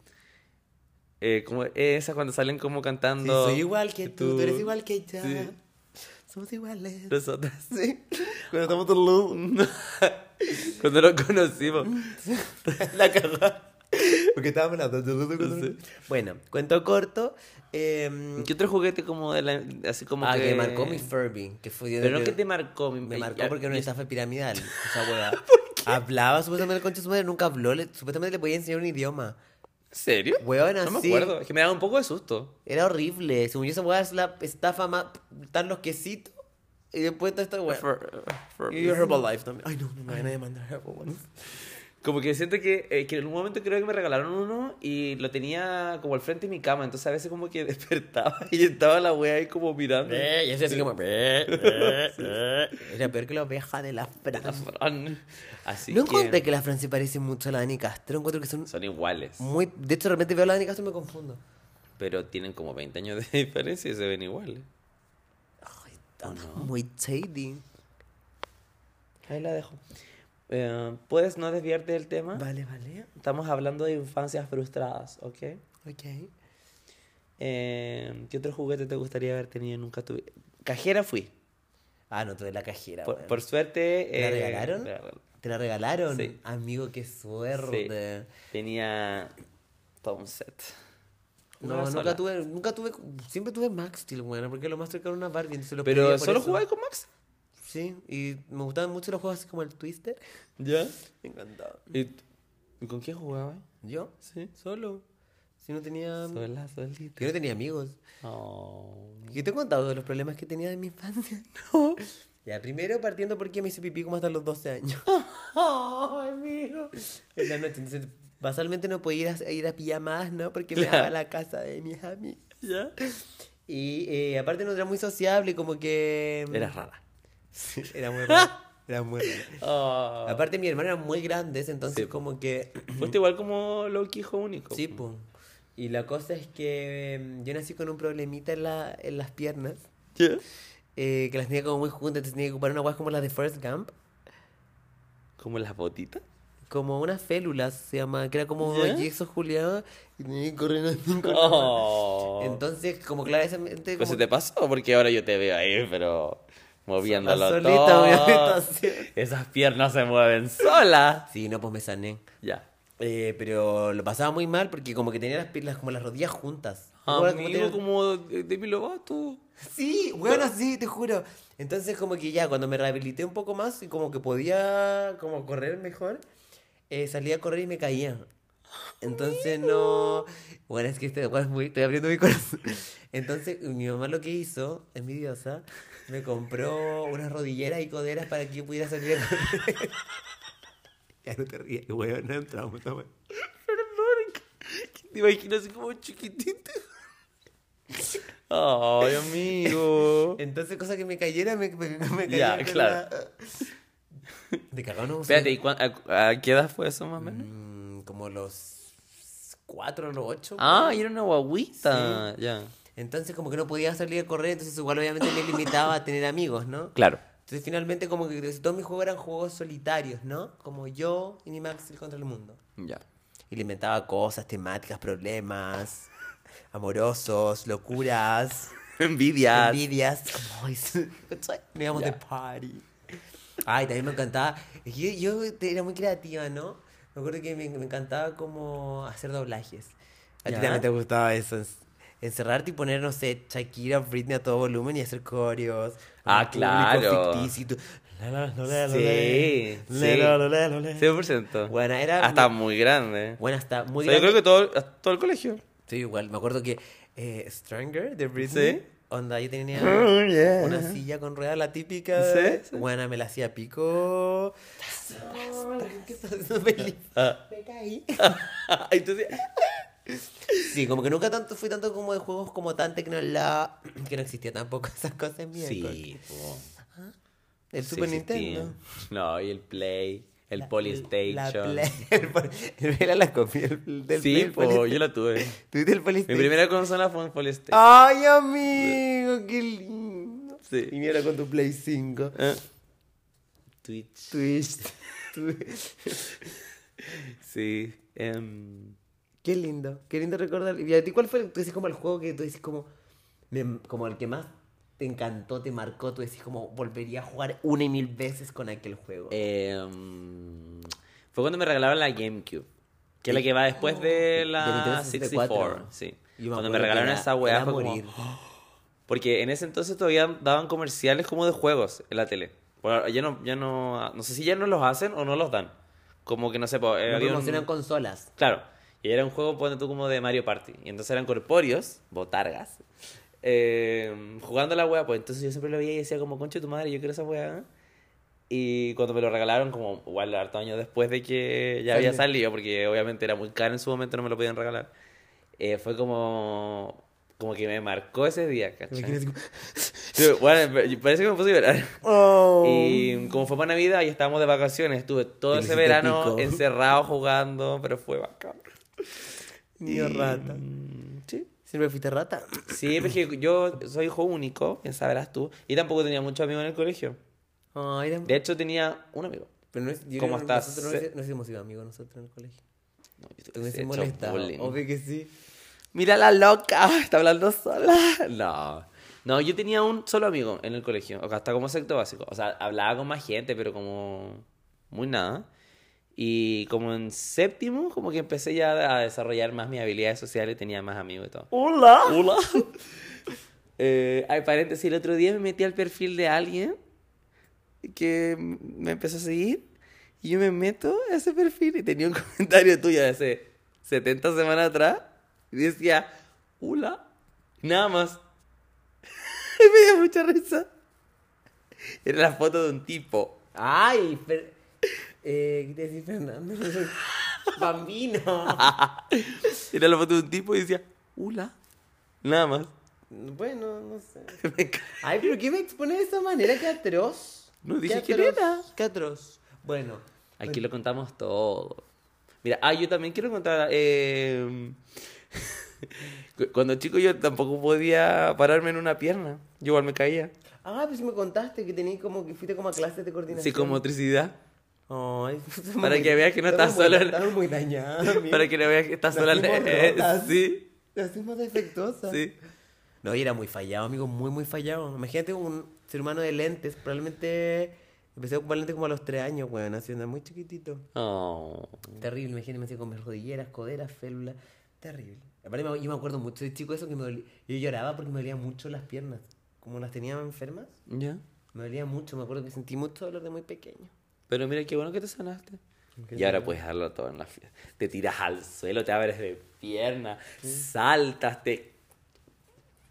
S2: Eh, como esa cuando salen como
S1: Sí,
S2: cantando.
S1: soy igual que tú, tú eres igual que yo.
S2: Sí.
S1: Somos iguales.
S2: Nosotras. Cuando estamos todos los- Cuando nos conocimos.
S1: La cagada. Porque estábamos hablando. Bueno, cuento corto. em,
S2: ¿Qué otro juguete como de la, así como
S1: ah,
S2: que...
S1: que... marcó mi Furby. Que fue
S2: Pero no que te marcó.
S1: Me marcó
S2: ya-
S1: porque era una
S2: yo-
S1: estafa piramidal. Esa hueá. Hablaba supuestamente el concha de su madre, nunca habló. le- supuestamente le podía enseñar un idioma.
S2: ¿En serio?
S1: Weón,
S2: No me
S1: así.
S2: acuerdo. Es que me daba un poco de susto.
S1: Era horrible. Según yo, esa hueá es la estafa más. Están los quesitos. Y después está esta hueá.
S2: For- for-
S1: Y Herbalife también. Ay, no, no me van a demandar Herbalife.
S2: Como que siento que, eh, que en un momento creo que me regalaron uno y lo tenía como al frente de mi cama. Entonces a veces como que despertaba y estaba la wea ahí como mirando.
S1: Eh, Y ese así como. eh, eh, eh. Era peor que la oveja de la
S2: La
S1: Fran.
S2: Fran. Así
S1: No
S2: que
S1: encontré que la Fran se parece mucho a la Dani Castro. Encuentro que son
S2: son iguales.
S1: muy. De hecho, de repente veo a la Dani Castro y me confundo.
S2: Pero tienen como 20 años de diferencia y se ven iguales.
S1: Ay, está muy shady.
S2: Ahí la dejo. Eh, ¿Puedes no desviarte del tema?
S1: Vale, vale.
S2: Estamos hablando de infancias frustradas, ¿ok?
S1: Ok.
S2: Eh, ¿Qué otro juguete te gustaría haber tenido y nunca tuve? Cajera fui.
S1: Ah, no, tuve la cajera.
S2: Por,
S1: weón.
S2: por suerte...
S1: ¿Te la
S2: eh,
S1: regalaron?
S2: me regalaron.
S1: ¿Te la regalaron?
S2: Sí.
S1: Amigo, qué suerte.
S2: Tenía todo un set.
S1: No,
S2: Una
S1: nunca
S2: sola.
S1: tuve, nunca tuve, siempre tuve Max Steel, bueno, porque lo más cercano era una Barbie, entonces lo pedía
S2: Pero
S1: por
S2: solo
S1: eso.
S2: jugaba con Max.
S1: Sí, y me gustaban mucho los juegos así como el Twister.
S2: ¿Ya?
S1: Me encantaba.
S2: ¿Y, t- y con quién jugaba?
S1: ¿Yo?
S2: Sí.
S1: Solo. Si no tenía...
S2: Sola, solita.
S1: Yo no tenía amigos.
S2: Oh.
S1: Yo te he contado de los problemas que tenía de mi infancia. No. Ya, primero partiendo porque me hice pipí como hasta los 12 años.
S2: Ay, amigo.
S1: en la noche. Entonces, basalmente no podía ir a, ir a pijamadas, ¿no? Porque me
S2: Claro.
S1: daba a la casa de mis amigos.
S2: ¿Ya?
S1: Y eh, aparte no era muy sociable, como que...
S2: Eras rara.
S1: Sí, era muy raro. Era muy raro.
S2: Oh.
S1: Aparte mi hermano era muy grande, entonces
S2: Sí, po.
S1: como que...
S2: Fuiste este igual como Loki, hijo único.
S1: Sí, po. Y la cosa es que em, yo nací con un problemita en, la, en las piernas,
S2: ¿Ya?
S1: eh, que las tenía como muy juntas, entonces tenía que ocupar una guas como las de Forrest Gump,
S2: ¿Como las botitas?
S1: como unas félulas, se llama, que era como dos
S2: ¿Ya?
S1: yesos juliados, y tenía que correr así con-
S2: Oh.
S1: Entonces, como
S2: Pues
S1: claramente... como
S2: Ah. se te pasó porque ahora yo te veo ahí, pero moviéndolo
S1: solita
S2: todo.
S1: mi habitación.
S2: Esas piernas se mueven solas.
S1: Sí, no, pues me sané.
S2: Ya.
S1: Eh, pero lo pasaba muy mal porque como que tenía las piernas, como las rodillas juntas. ¿Te acuerdas cómo
S2: Ah, Amigo,
S1: tenía-
S2: como de Demi Lovato.
S1: Sí, bueno, sí, te juro. Entonces como que ya, cuando me rehabilité un poco más y como que podía como correr mejor, eh, salía a correr y me caía. Entonces no... Bueno, es que este bueno, es muy- estoy abriendo mi corazón. Entonces mi mamá lo que hizo, es mi diosa, me compró unas rodilleras y coderas para que yo pudiera salir a correr. ya no te ríes, weón, no entramos, está bueno.
S2: Te imagino así como chiquitito. Ay, amigo.
S1: Entonces, cosa que me cayera, me, me, me
S2: Ya,
S1: caía. con
S2: claro.
S1: la- De cagado no usé.
S2: Espérate, ¿y cuán- a, a qué edad fue eso más o menos?
S1: Mm, como los cuatro o los ocho.
S2: Ah, y era una guaguita. Ya.
S1: Entonces, como que no podía salir a correr, entonces, igual obviamente me limitaba a tener amigos, ¿no?
S2: Claro.
S1: Entonces, finalmente, como que todos mis juegos eran juegos solitarios, ¿no? Como yo y mi Maxil contra el mundo.
S2: Ya.
S1: Y le inventaba cosas, temáticas, problemas, amorosos, locuras.
S2: Envidia.
S1: envidias. Como, ay, ¿cachai? Nos íbamos de party. Ay, también me encantaba. es que Yo, yo te- era muy creativa, ¿no? Me acuerdo que me, me encantaba como hacer doblajes. A ti
S2: Ya.
S1: también te gustaba eso. en- Encerrarte y poner, no sé, Shakira, Britney a todo volumen y hacer coreos.
S2: Ah,
S1: Público
S2: claro.
S1: ficticio y tú-
S2: Sí, sí. 100%.
S1: Bueno, era-
S2: Hasta muy grande.
S1: Bueno, hasta muy
S2: O sea, yo creo
S1: grande-
S2: que todo, hasta todo el colegio.
S1: Sí, igual. Me acuerdo que eh, Stranger de Britney.
S2: Sí.
S1: Onda, yo tenía
S2: Oh, yeah.
S1: una silla con ruedas, la típica.
S2: Sí, sí.
S1: Buena, me la hacía pico. ¿Qué pasó, Felipe?
S2: Ah.
S1: Me caí.
S2: Entonces,
S1: Sí, como que nunca tanto fui tanto como de juegos como tan tecnolá que no existía tampoco esas cosas mías.
S2: sí, po.
S1: El
S2: Sí
S1: Super
S2: existía.
S1: Nintendo.
S2: No, y el Play, el
S1: La-
S2: Polystation.
S1: La Play. El, pol- era la copia del, del Play,
S2: sí,
S1: el
S2: po,
S1: Polystation.
S2: yo la tuve.
S1: ¿Tuviste el
S2: Mi
S1: Polystation?
S2: primera consola fue un Polystation.
S1: Ay, amigo, qué lindo.
S2: Sí.
S1: Y mira con tu Play 5.
S2: Eh. Twitch.
S1: Ah. Twitch. Twitch.
S2: Sí. em,
S1: Qué lindo, qué lindo recordar. ¿Y a ti cuál fue, tú decís como el juego que tú decís como, me- como el que más te encantó, te marcó, tú decís como volvería a jugar una y mil
S2: Eh,
S1: veces con aquel juego?
S2: em, fue cuando me regalaron la GameCube. Que es la que va después de la
S1: Nintendo
S2: 64.
S1: 64.
S2: Sí.
S1: Yo me
S2: Cuando me
S1: acuerdo
S2: regalaron
S1: que era-
S2: esa weá
S1: era
S2: fue como, ¡Ah!
S1: morir.
S2: Porque en ese entonces todavía daban comerciales como de juegos en la tele. Bueno, ya no, ya no, no sé si ya no los hacen o no los dan. Como que no sé, po, eh,
S1: No
S2: había un-
S1: promocionan consolas.
S2: Claro. Y era un juego, ponte tú, como de Mario Party. Y entonces eran corpóreos, botargas, eh, jugando a la wea. Pues entonces yo siempre lo veía y decía como, concha de tu madre, yo quiero esa wea. Y cuando me lo regalaron, como igual harto años después de que ya había
S1: Sale.
S2: salido, porque obviamente era muy caro en su momento, no me lo podían regalar. eh, fue como... Como que me marcó ese día, ¿cachai? Sí, bueno, me- parece que me puse a llorar.
S1: "Oh,
S2: Y como fue para Navidad y estábamos de vacaciones, estuve todo
S1: Te
S2: ese
S1: hiciste
S2: verano
S1: pico.
S2: encerrado jugando, pero fue bacán.
S1: Niño rata.
S2: Sí.
S1: Siempre fuiste rata.
S2: mm, Sí, porque yo soy hijo único, ya sabrás tú, y tampoco tenía muchos amigos en el colegio.
S1: Ay, era-
S2: De hecho, tenía un amigo.
S1: Pero no es, yo
S2: ¿Cómo
S1: creo que
S2: estás?
S1: Nosotros no, hubiese- no hemos sido amigos nosotros en el colegio.
S2: No, yo te
S1: Tú me
S2: hubiese
S1: hiciste
S2: hecho
S1: molestado.
S2: bullying.
S1: Obvio que sí.
S2: Mira la loca, está hablando sola. No. No, yo tenía un solo amigo en el colegio, o hasta como sexto básico. O sea, hablaba con más gente, pero como muy nada. Y como en séptimo, como que empecé ya a desarrollar más mis habilidades sociales, tenía más amigos y todo.
S1: Hola.
S2: Hola. Eh, ay, paréntesis, el otro día me metí al perfil de alguien que me empezó a seguir y yo me meto a ese perfil y tenía un comentario tuyo de hace 70 semanas atrás y decía, hola, nada más. Y me dio mucha risa. Era la foto de un tipo.
S1: Ay, Fer... eh, ¿qué te decía Fernando? Bambino.
S2: Era la foto de un tipo y decía, hola, nada más.
S1: bueno, no sé.
S2: Me ca-
S1: Ay, pero ¿qué me expone de esa manera? ¡Qué atroz!
S2: No
S1: Qué
S2: dije quién
S1: atroz,
S2: era.
S1: ¡Qué atroz! Bueno,
S2: Aquí lo contamos todo. Mira, ah, yo también quiero contar. eh, cu- cuando chico yo tampoco podía pararme en una pierna. Yo igual me caía.
S1: ah, pues sí me contaste que tenías como que fuiste como a clases de coordinación.
S2: Psicomotricidad.
S1: Ay,
S2: Para que veas que no
S1: estamos
S2: estás
S1: muy-
S2: sola.
S1: Estamos muy dañadas. amigo.
S2: Para que no veas que estás sola.
S1: Nacimos
S2: Eh,
S1: rotas.
S2: sí,
S1: Las más defectuosas.
S2: sí.
S1: No, y era muy fallado, amigo, muy, muy fallado. Imagínate un ser humano de lentes. Probablemente empecé a ocupar lentes como a los 3 años, weón, haciendo muy chiquitito.
S2: Oh.
S1: Terrible, imagínate, me hacía con mis rodilleras, coderas, félulas. Terrible. Aparte, me- yo me acuerdo mucho de chico eso que me dolía. Yo lloraba porque me dolían mucho las piernas. Como las tenía enfermas,
S2: Ya.
S1: me dolía mucho. Me acuerdo que sentí mucho dolor de muy pequeño.
S2: Pero mira, qué bueno que te sanaste.
S1: Qué
S2: Y ahora puedes darlo todo en la fiesta. Te tiras al suelo, te abres de pierna, saltas, te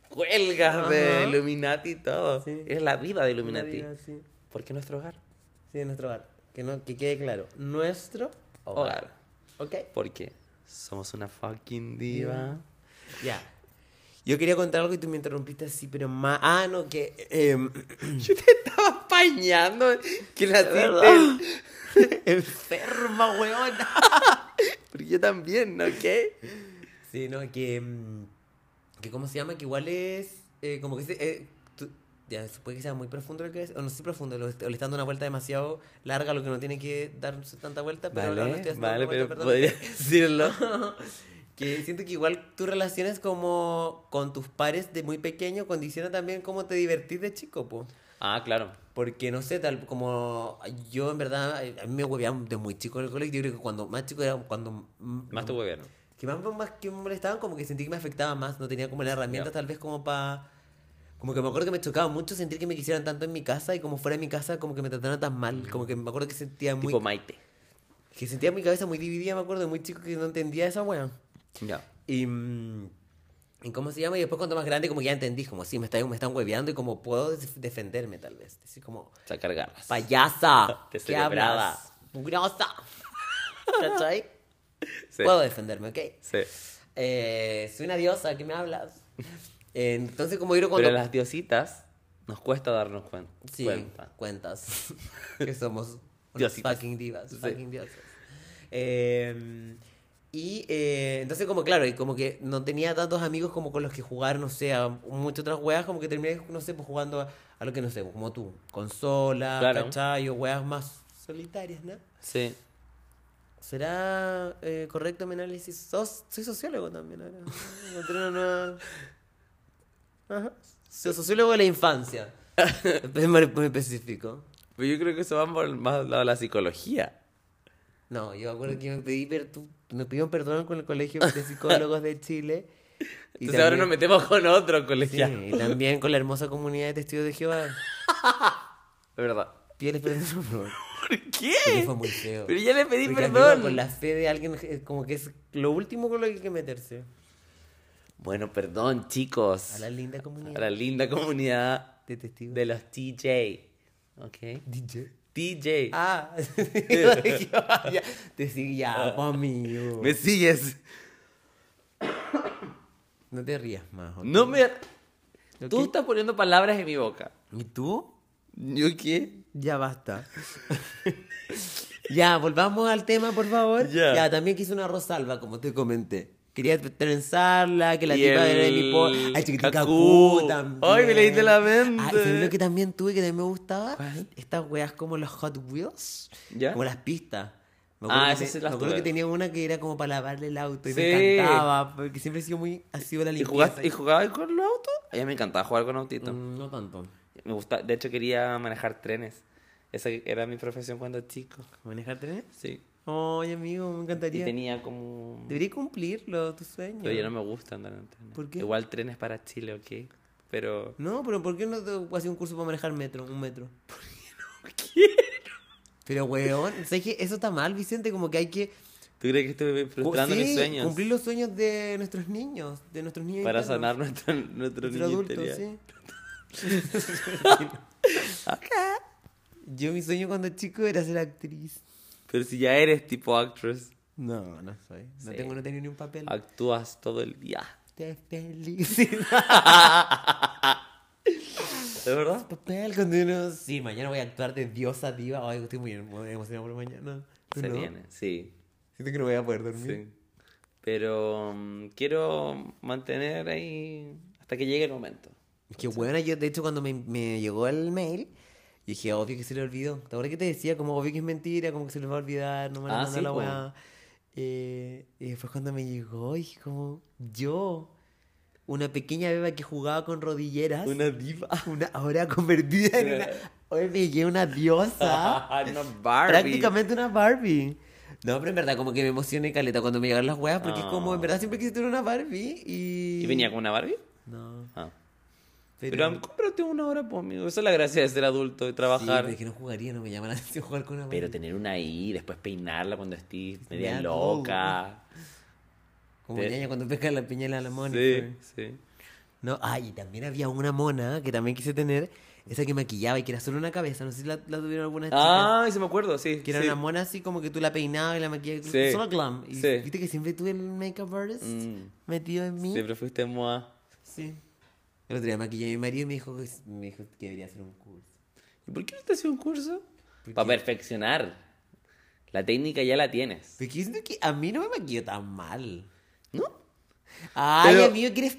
S2: cuelgas de
S1: Ajá.
S2: Illuminati y todo.
S1: Sí.
S2: Eres la diva de
S1: Una
S2: Illuminati.
S1: vida así.
S2: Porque nuestro hogar.
S1: Sí, en nuestro hogar. Que, no, que quede claro. Nuestro
S2: Hogar.
S1: hogar. Ok.
S2: Porque somos una fucking diva.
S1: Ya. Yo quería contar algo y tú me interrumpiste así, pero más. Ah, no, que. em,
S2: Yo te estaba apañando. Que la
S1: verdad.
S2: tinte-
S1: enferma, weona.
S2: Porque yo también, ¿ok?
S1: Sí, no, que. mm, que ¿Cómo se llama? Que igual es. eh, como que se. eh, tú- ya, se puede que sea muy profundo lo que es. O no sé si profundo, lo est- o le está dando una vuelta demasiado larga, lo que no tiene que darse tanta vuelta. Pero ahora no estoy
S2: Vale, vale,
S1: haciendo tanta
S2: pero
S1: vuelta, perdón.
S2: podría decirlo.
S1: Que siento que igual tus relaciones como con tus pares de muy pequeño condiciona también cómo te divertís de chico, po.
S2: Ah, claro.
S1: Porque no sé, tal como yo en verdad, eh, a mí me hueveaban de muy chico en el colegio. Yo creo que cuando más chico era cuando mm,
S2: Más tu gobierno.
S1: que más, más que me molestaban, como que sentí que me afectaba más, no tenía como la herramienta
S2: Ya.
S1: tal vez como para... Como que me acuerdo que me chocaba mucho sentir que me quisieran tanto en mi casa y como fuera de mi casa como que me trataran tan mal, como que me acuerdo que sentía muy...
S2: Tipo Maite.
S1: que sentía mi cabeza muy dividida, me acuerdo, de muy chico que no entendía esa wea.
S2: Ya.
S1: Y... mm, ¿y ¿Cómo se llama? Y después cuando más grande como que ya entendí, como sí, me están, me están hueveando y como puedo def- defenderme tal vez. Decir como,
S2: Sacar garras.
S1: payasa,
S2: Te
S1: ¿qué
S2: celebraba.
S1: hablas? Mugrosa. ¿Cachai?
S2: Sí.
S1: Puedo defenderme, ¿ok?
S2: Sí.
S1: Eh, soy una diosa, ¿qué me hablas? Eh, entonces, como yo cuando...
S2: Pero las diositas nos cuesta darnos cuen-
S1: Sí,
S2: cuenta.
S1: cuentas. que somos unas
S2: Diositas.
S1: fucking divas,
S2: Sí.
S1: fucking diosas. Eh, y eh, entonces, como claro, y como que no tenía tantos amigos como con los que jugar, no sé, a muchas otras weas, como que terminé, no sé, pues jugando a, a lo que no sé, pues, como tú, consola,
S2: Claro.
S1: ¿cachai? O weas más solitarias, ¿no?
S2: Sí.
S1: ¿Será eh, correcto mi análisis? Sos- soy sociólogo también ahora. Encontré una nueva- Ajá. Soy sociólogo de la infancia. Es muy muy específico.
S2: Pero yo creo que eso va por más al lado de la psicología.
S1: No, yo me acuerdo que me pedí per- tú- nos pidieron perdón con el Colegio de Psicólogos de Chile. y
S2: Entonces ahora
S1: también-
S2: nos metemos con otro colegial.
S1: Sí, y también con la hermosa comunidad de testigos de Jehová.
S2: De verdad.
S1: Pídele perdón, por favor.
S2: ¿Por
S1: Porque
S2: qué?
S1: fue muy feo.
S2: Pero ya le pedí
S1: Porque amigo,
S2: perdón.
S1: Con la fe de alguien, eh, como que es lo último con lo que hay que meterse.
S2: Bueno, perdón, chicos.
S1: A la linda comunidad
S2: A la linda comunidad
S1: de testigos.
S2: de los TJ. ¿Ok?
S1: DJ.
S2: TJ.
S1: Ah, de Jehová, ya. Te sigue ya, po, amigo.
S2: ¿Me sigues?
S1: No te rías más. ¿ok?
S2: No me...
S1: ¿Ok?
S2: Tú estás poniendo palabras en mi boca.
S1: ¿Y tú?
S2: ¿Yo qué?
S1: Ya basta. ya, volvamos al tema, por favor.
S2: Ya.
S1: Ya, también quise una Rosalba, como te comenté. Quería trenzarla, que la
S2: Y
S1: tipa era de
S2: el
S1: mi po- Ay, chiquitica
S2: cacú.
S1: Q también.
S2: Ay, me leíste la mente.
S1: Ay, ¿sabes lo que también tuve que también me gustaba?
S2: ¿Cuál?
S1: Estas weas como los Hot Wheels.
S2: ¿Ya?
S1: Como las pistas. Me
S2: Ah,
S1: acuerdo, que,
S2: esas
S1: te-
S2: sí las
S1: me acuerdo
S2: tuve.
S1: que tenía una que era como para lavarle el auto y me
S2: Sí.
S1: encantaba, porque siempre he sido muy ha sido la
S2: ¿Y,
S1: limpieza.
S2: jugaste, ¿Y jugabas con los autos? A mí me encantaba jugar con autitos.
S1: Mm, no tanto.
S2: Me gusta, de hecho quería manejar trenes. Esa era mi profesión cuando chico.
S1: ¿Manejar trenes?
S2: Sí.
S1: Ay, amigo, me
S2: Y
S1: encantaría.
S2: tenía como...
S1: Debería cumplirlo, tu sueño.
S2: Pero ya no me gusta andar en trenes.
S1: ¿Por qué?
S2: Igual trenes para Chile, ¿ok? Pero...
S1: No, pero ¿por qué no te haces un curso para manejar metro? Un metro. ¿Por qué no Pero, weón, ¿sabes que Eso está mal, Vicente, como que hay que...
S2: ¿Tú crees que estoy frustrando
S1: Sí,
S2: mis sueños?
S1: Cumplir los sueños de nuestros niños, de nuestros niños.
S2: Para
S1: internos.
S2: sanar nuestro, nuestro
S1: Nuestro
S2: niño
S1: adulto,
S2: interior.
S1: sí. Yo mi sueño cuando chico era ser actriz.
S2: Pero si ya eres tipo actress,
S1: No, no soy. No
S2: Sí.
S1: tengo, no tenía ni un papel.
S2: actúas todo el día.
S1: Te felicito.
S2: ¿De
S1: Pues,
S2: verdad?
S1: papel cuando uno... Sí, mañana voy a actuar de diosa diva. Ay, estoy muy emocionado por mañana. ¿Tú
S2: Se
S1: no?
S2: viene, sí.
S1: Siento que no voy a poder
S2: sí.
S1: dormir.
S2: Pero mm, quiero mantener ahí hasta que llegue el momento.
S1: Es que bueno, yo de hecho cuando me, me llegó el mail, yo dije, obvio que se le olvidó. ¿Te acuerdas que te decía? Como obvio que es mentira, como que se le va a olvidar, no me van a
S2: Ah,
S1: mandar
S2: sí,
S1: la
S2: po.
S1: weá. Eh, y después cuando me llegó, dije como, yo, una pequeña beba que jugaba con rodilleras, una,
S2: Una diva.
S1: ahora convertida en
S2: Sí.
S1: una... Hoy me llegué una diosa.
S2: Una Barbie.
S1: ¿Ah? Prácticamente una Barbie. No, pero en verdad como que me emocioné caleta cuando me llegaron las weas, porque es como, en verdad siempre quise tener una Barbie y...
S2: ¿Y venía con una Barbie?
S1: No.
S2: Ah. Pero, mm, cómprate una hora, pues, amigo. Esa es la gracia de ser adulto y
S1: Sí,
S2: trabajar.
S1: pero es que no jugaría, no me llama la atención jugar con una
S2: pero...
S1: Barbie.
S2: tener una ahí, después peinarla cuando estés media
S1: Ya, no.
S2: loca.
S1: Como
S2: te-
S1: ñaña cuando pesca la piña de la mona.
S2: Sí, sí.
S1: No, ah, y también había una mona que también quise tener, esa que maquillaba y que era solo una cabeza, no sé si la, la tuvieron algunas chicas.
S2: Ah, se me acuerdo, sí.
S1: Que era
S2: sí.
S1: una mona así como que tú la peinabas y la maquillabas,
S2: Sí.
S1: solo glam. Y
S2: Sí.
S1: viste que siempre tuve el makeup artist
S2: Mm.
S1: metido en mí.
S2: Siempre fuiste moa.
S1: Sí. El otro día maquillé a mi marido y me dijo que, me dijo que debería hacer un curso.
S2: ¿Y por qué no te haces un curso?
S1: ¿Por
S2: Para
S1: qué?
S2: perfeccionar. La técnica ya la tienes.
S1: Porque yo siento que a mí no me maquillo tan mal.
S2: ¿No?
S1: Ay,
S2: Pero-
S1: amigo, que eres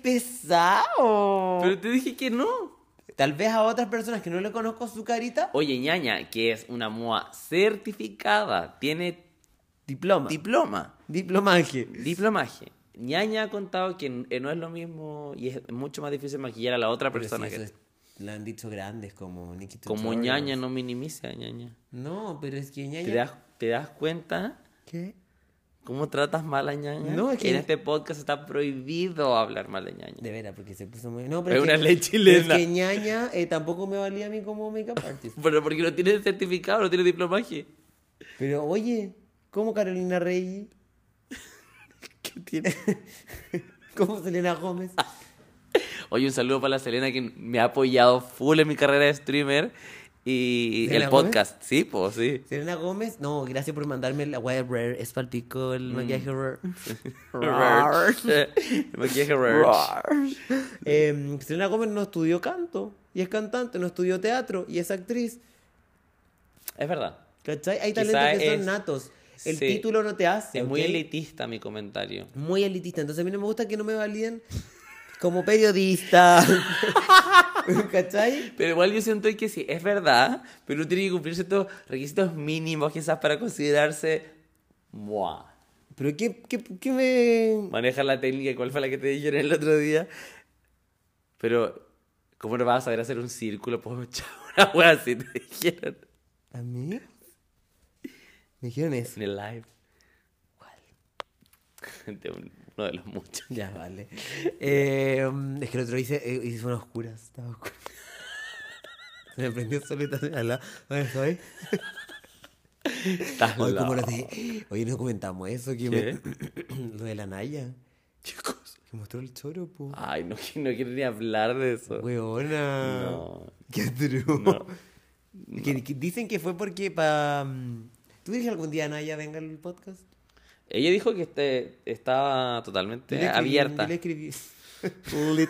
S1: pesado.
S2: Pero te dije que no.
S1: Tal vez a otras personas que no le conozco su carita,
S2: Oye, ñaña, que es una moa certificada, tiene
S1: diploma.
S2: diploma,
S1: diplomaje.
S2: diplomaje. ñaña ha contado que n- eh, no es lo mismo y es mucho más difícil maquillar a la otra persona. que...
S1: Lo han dicho grandes como Nicky
S2: Como
S1: Tutorials.
S2: ñaña no minimiza a ñaña.
S1: No, pero es que
S2: ¿Te
S1: ñaña.
S2: das, ¿Te das cuenta
S1: ¿Qué?
S2: cómo tratas mal a ñaña?
S1: No, es que-
S2: en este podcast está prohibido hablar mal de ñaña.
S1: De veras, porque se puso muy. No, pero
S2: Es
S1: que-
S2: una ley
S1: pero
S2: chilena.
S1: Es que ñaña eh, tampoco me valía a mí como makeup artist.
S2: Pero porque no tiene certificado, no tiene diplomaje.
S1: Pero oye, ¿cómo Carolina Rey?
S2: ¿Qué tiene?
S1: ¿Cómo Selena Gómez?
S2: Oye, un saludo para la Selena que me ha apoyado full en mi carrera de streamer y
S1: ¿Selena
S2: el
S1: Gómez?
S2: podcast. Sí, pues sí.
S1: Selena Gómez, no, gracias por mandarme la guay de Rare. Es palpico
S2: Mm.
S1: el maquillaje Rare. Rare.
S2: El maquillaje rare.
S1: Em, Selena Gómez no estudió canto y es cantante, no estudió teatro y es actriz.
S2: Es verdad.
S1: ¿Cachai? Hay
S2: Quizá
S1: talentos que son
S2: es-
S1: natos. El
S2: sí.
S1: título no te hace.
S2: Es muy
S1: ¿ok?
S2: elitista mi comentario.
S1: Muy elitista. Entonces a mí no me gusta que no me validen como periodista. ¿Cachai?
S2: Pero igual yo siento que sí, es verdad, pero uno tiene que cumplir ciertos requisitos mínimos quizás para considerarse... Buah.
S1: Pero ¿qué, qué, qué me...
S2: maneja la técnica, cuál fue la que te dijeron el otro día. Pero, ¿cómo no vas a saber hacer un círculo? Pues chao, una wea así te dijeron.
S1: ¿A mí? Me dijeron eso.
S2: En el live. De un- uno de los muchos.
S1: Ya, vale. Eh, es que el otro hice, eh, hice unas oscuras. Estaba oscura. Se me prendió solita al lado. ¿Dónde estoy?
S2: Estás
S1: Hoy, como lo
S2: loco.
S1: de... Hoy nos comentamos eso. Que me- Lo de la Naya. Chicos. Que mostró el choro, po.
S2: Ay, no, que- no quiero ni hablar de eso.
S1: Weona.
S2: No.
S1: Qué truco.
S2: No.
S1: Que, que dicen que fue porque pa... mm, ¿Tú dices algún día Naya venga al podcast?
S2: Ella dijo que este, estaba
S1: Yo
S2: totalmente
S1: le escribí-
S2: abierta.
S1: yo le escribí. Lit.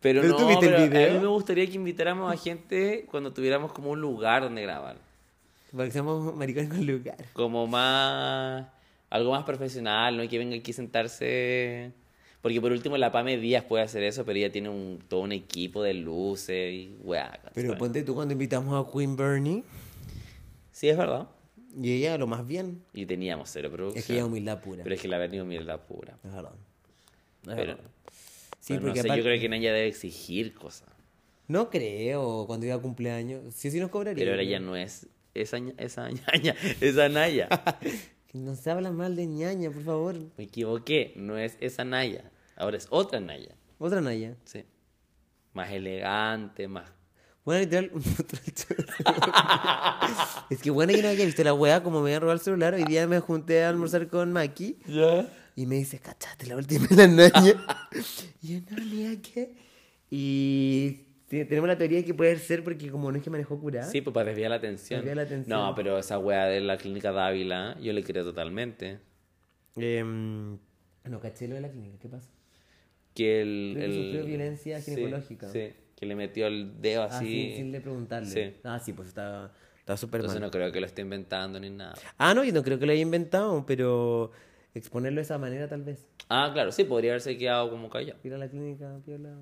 S2: Pero,
S1: ¿Pero
S2: no,
S1: tú viste el
S2: pero a
S1: video?
S2: mí me gustaría que invitáramos a gente cuando tuviéramos como un lugar donde grabar.
S1: Para que seamos maricones con lugar.
S2: Como más, algo más profesional, no hay que venga aquí a sentarse. Porque por último la Pame Díaz puede hacer eso, pero ella tiene un, todo un equipo de luces y weá.
S1: Pero
S2: ¿cachai?
S1: ponte tú cuando invitamos a Queen Bernie
S2: Sí, es verdad.
S1: y ella lo más bien.
S2: Y teníamos cero producción.
S1: Es que ella es humildad pura.
S2: Pero es que la Bernie humilde la pura.
S1: Es verdad. Es
S2: Pero,
S1: verdad. Sí,
S2: pero no
S1: porque
S2: sé,
S1: aparte-
S2: yo creo que ella debe exigir cosas.
S1: No creo, cuando iba a cumpleaños. Sí, sí nos cobraría.
S2: Pero ahora ya no es esa, ña- esa ñaña, esa Naya.
S1: Que no se habla mal de ñaña, por favor.
S2: Me equivoqué, no es esa Naya. Ahora es otra Naya.
S1: Otra Naya.
S2: Sí. Más elegante, más.
S1: Bueno, literal, otra Es que bueno, yo no había visto la wea como me había robado el celular. Hoy día me junté a almorzar con Maki
S2: ¿Ya?
S1: y me dice, cachate la última de la Naya. y yo, no, amiga, ¿qué? Y te- tenemos la teoría de que puede ser porque como no es que manejó curada.
S2: Sí, pues para desviar la atención.
S1: Desviar la atención.
S2: No, pero esa wea de la clínica Dávila, yo le creo totalmente.
S1: Em, no, caché lo de la clínica, ¿qué pasa?
S2: Que el.
S1: Creo que
S2: el-
S1: sufrió violencia
S2: Sí,
S1: ginecológica.
S2: Sí, que le metió el dedo
S1: Ah,
S2: así.
S1: sin, sin le preguntarle.
S2: Sí.
S1: Ah, sí, pues está está súper
S2: Entonces
S1: mal.
S2: no creo que lo esté inventando ni nada.
S1: Ah, no, yo no creo que lo haya inventado, pero exponerlo de esa manera tal vez.
S2: Ah, claro, sí, podría haberse quedado como callado.
S1: Ir a la clínica, piola.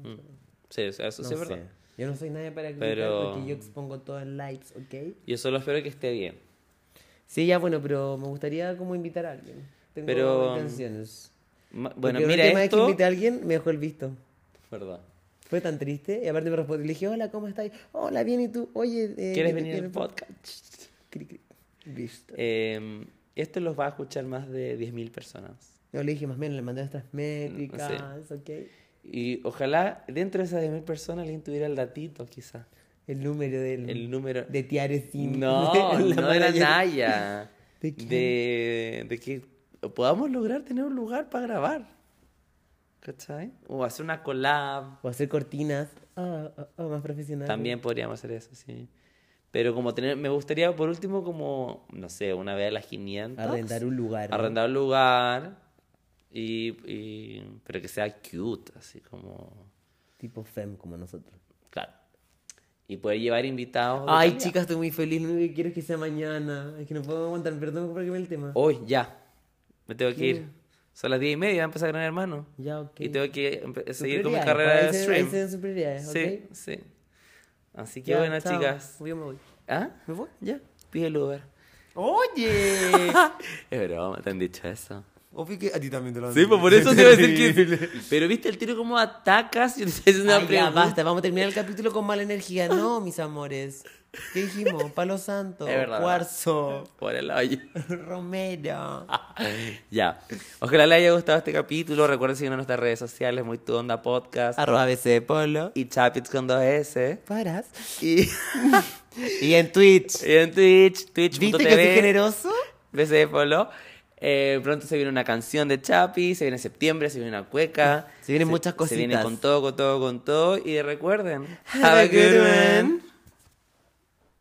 S2: Sí, eso eso
S1: No
S2: sí es
S1: sé.
S2: verdad.
S1: Yo no soy nadie para criticar
S2: Pero-
S1: porque yo expongo todo en lives, ¿ok?
S2: Yo solo espero que esté bien.
S1: Sí, ya bueno, pero me gustaría como invitar a alguien. Tengo
S2: Pero-
S1: em, intenciones.
S2: Ma- Bueno,
S1: Porque
S2: mira
S1: la última vez que
S2: esto.
S1: invité a alguien me dejó el visto.
S2: Verdad.
S1: Fue tan triste. Y aparte me respondió, le dije, hola, ¿cómo estás? Hola, bien, ¿y tú? Oye, eh,
S2: ¿Quieres
S1: ¿qué-
S2: venir al
S1: qué-
S2: podcast?
S1: Cri, cri. Listo.
S2: Eh, esto los va a escuchar más de 10.000 personas.
S1: No le dije más o menos, le mandé nuestras
S2: Mm,
S1: métricas, ok.
S2: Y ojalá dentro de esas 10.000 personas alguien tuviera el datito, quizá.
S1: El número del,
S2: El número.
S1: de Tiaresim.
S2: No, no de la
S1: manager.
S2: Naya.
S1: ¿De quién?
S2: De, de que podamos lograr tener un lugar para grabar. ¿Cachai? O hacer una collab.
S1: O hacer cortinas. Ah, ah, ah, más profesional.
S2: También podríamos hacer eso, sí. Pero como tener, me gustaría por último como, no sé, una vez a las 500.
S1: Arrendar un lugar. ¿no?
S2: arrendar un lugar y, y- pero que sea cute así como
S1: Tipo fem como nosotros.
S2: claro y poder llevar invitados de
S1: Ay,
S2: calidad.
S1: chicas, estoy muy feliz. Lo único que quiero es que sea mañana. Es que no puedo aguantar. Perdón por que me el tema.
S2: hoy ya me tengo que ir son las 10 y media va a empezar Gran Hermano
S1: Ya, ok.
S2: y tengo que empe- seguir con mi
S1: Prioridades,
S2: carrera
S1: ahí
S2: de
S1: se- ahí se
S2: stream
S1: ven sus prioridades, ¿ok?
S2: sí sí así que
S1: Ya,
S2: bueno
S1: chao.
S2: chicas
S1: Yo me voy.
S2: ah
S1: ¿Me voy?
S2: ya pide el Uber
S1: Oye.
S2: es broma te han dicho eso
S1: Obvio que a ti también te lo han
S2: Sí, pues por eso te iba a decir que. Pero viste el tiro como atacas y te haces una
S1: Ay, ya,
S2: pregunta.
S1: basta, vamos a terminar el capítulo con mala energía. No, mis amores. ¿Qué dijimos? Palo santo,
S2: Es verdad.
S1: cuarzo,
S2: Por el hoyo.
S1: romero.
S2: ya. Ojalá les haya gustado este capítulo. Recuerden seguirnos en nuestras redes sociales, muy tu onda podcast.
S1: Arroba BC Polo.
S2: Y Chapits con dos S.
S1: Paras.
S2: Y, y
S1: Y en Twitch.
S2: en Twitch,
S1: ¿Viste que soy
S2: twitch.tv,
S1: generoso?
S2: BC Polo. Eh, pronto se viene una canción de Chapi, se viene septiembre, se viene una cueca.
S1: Se vienen muchas
S2: Se viene
S1: cositas.
S2: con todo, con todo, con todo. Y recuerden,
S1: Have a good one.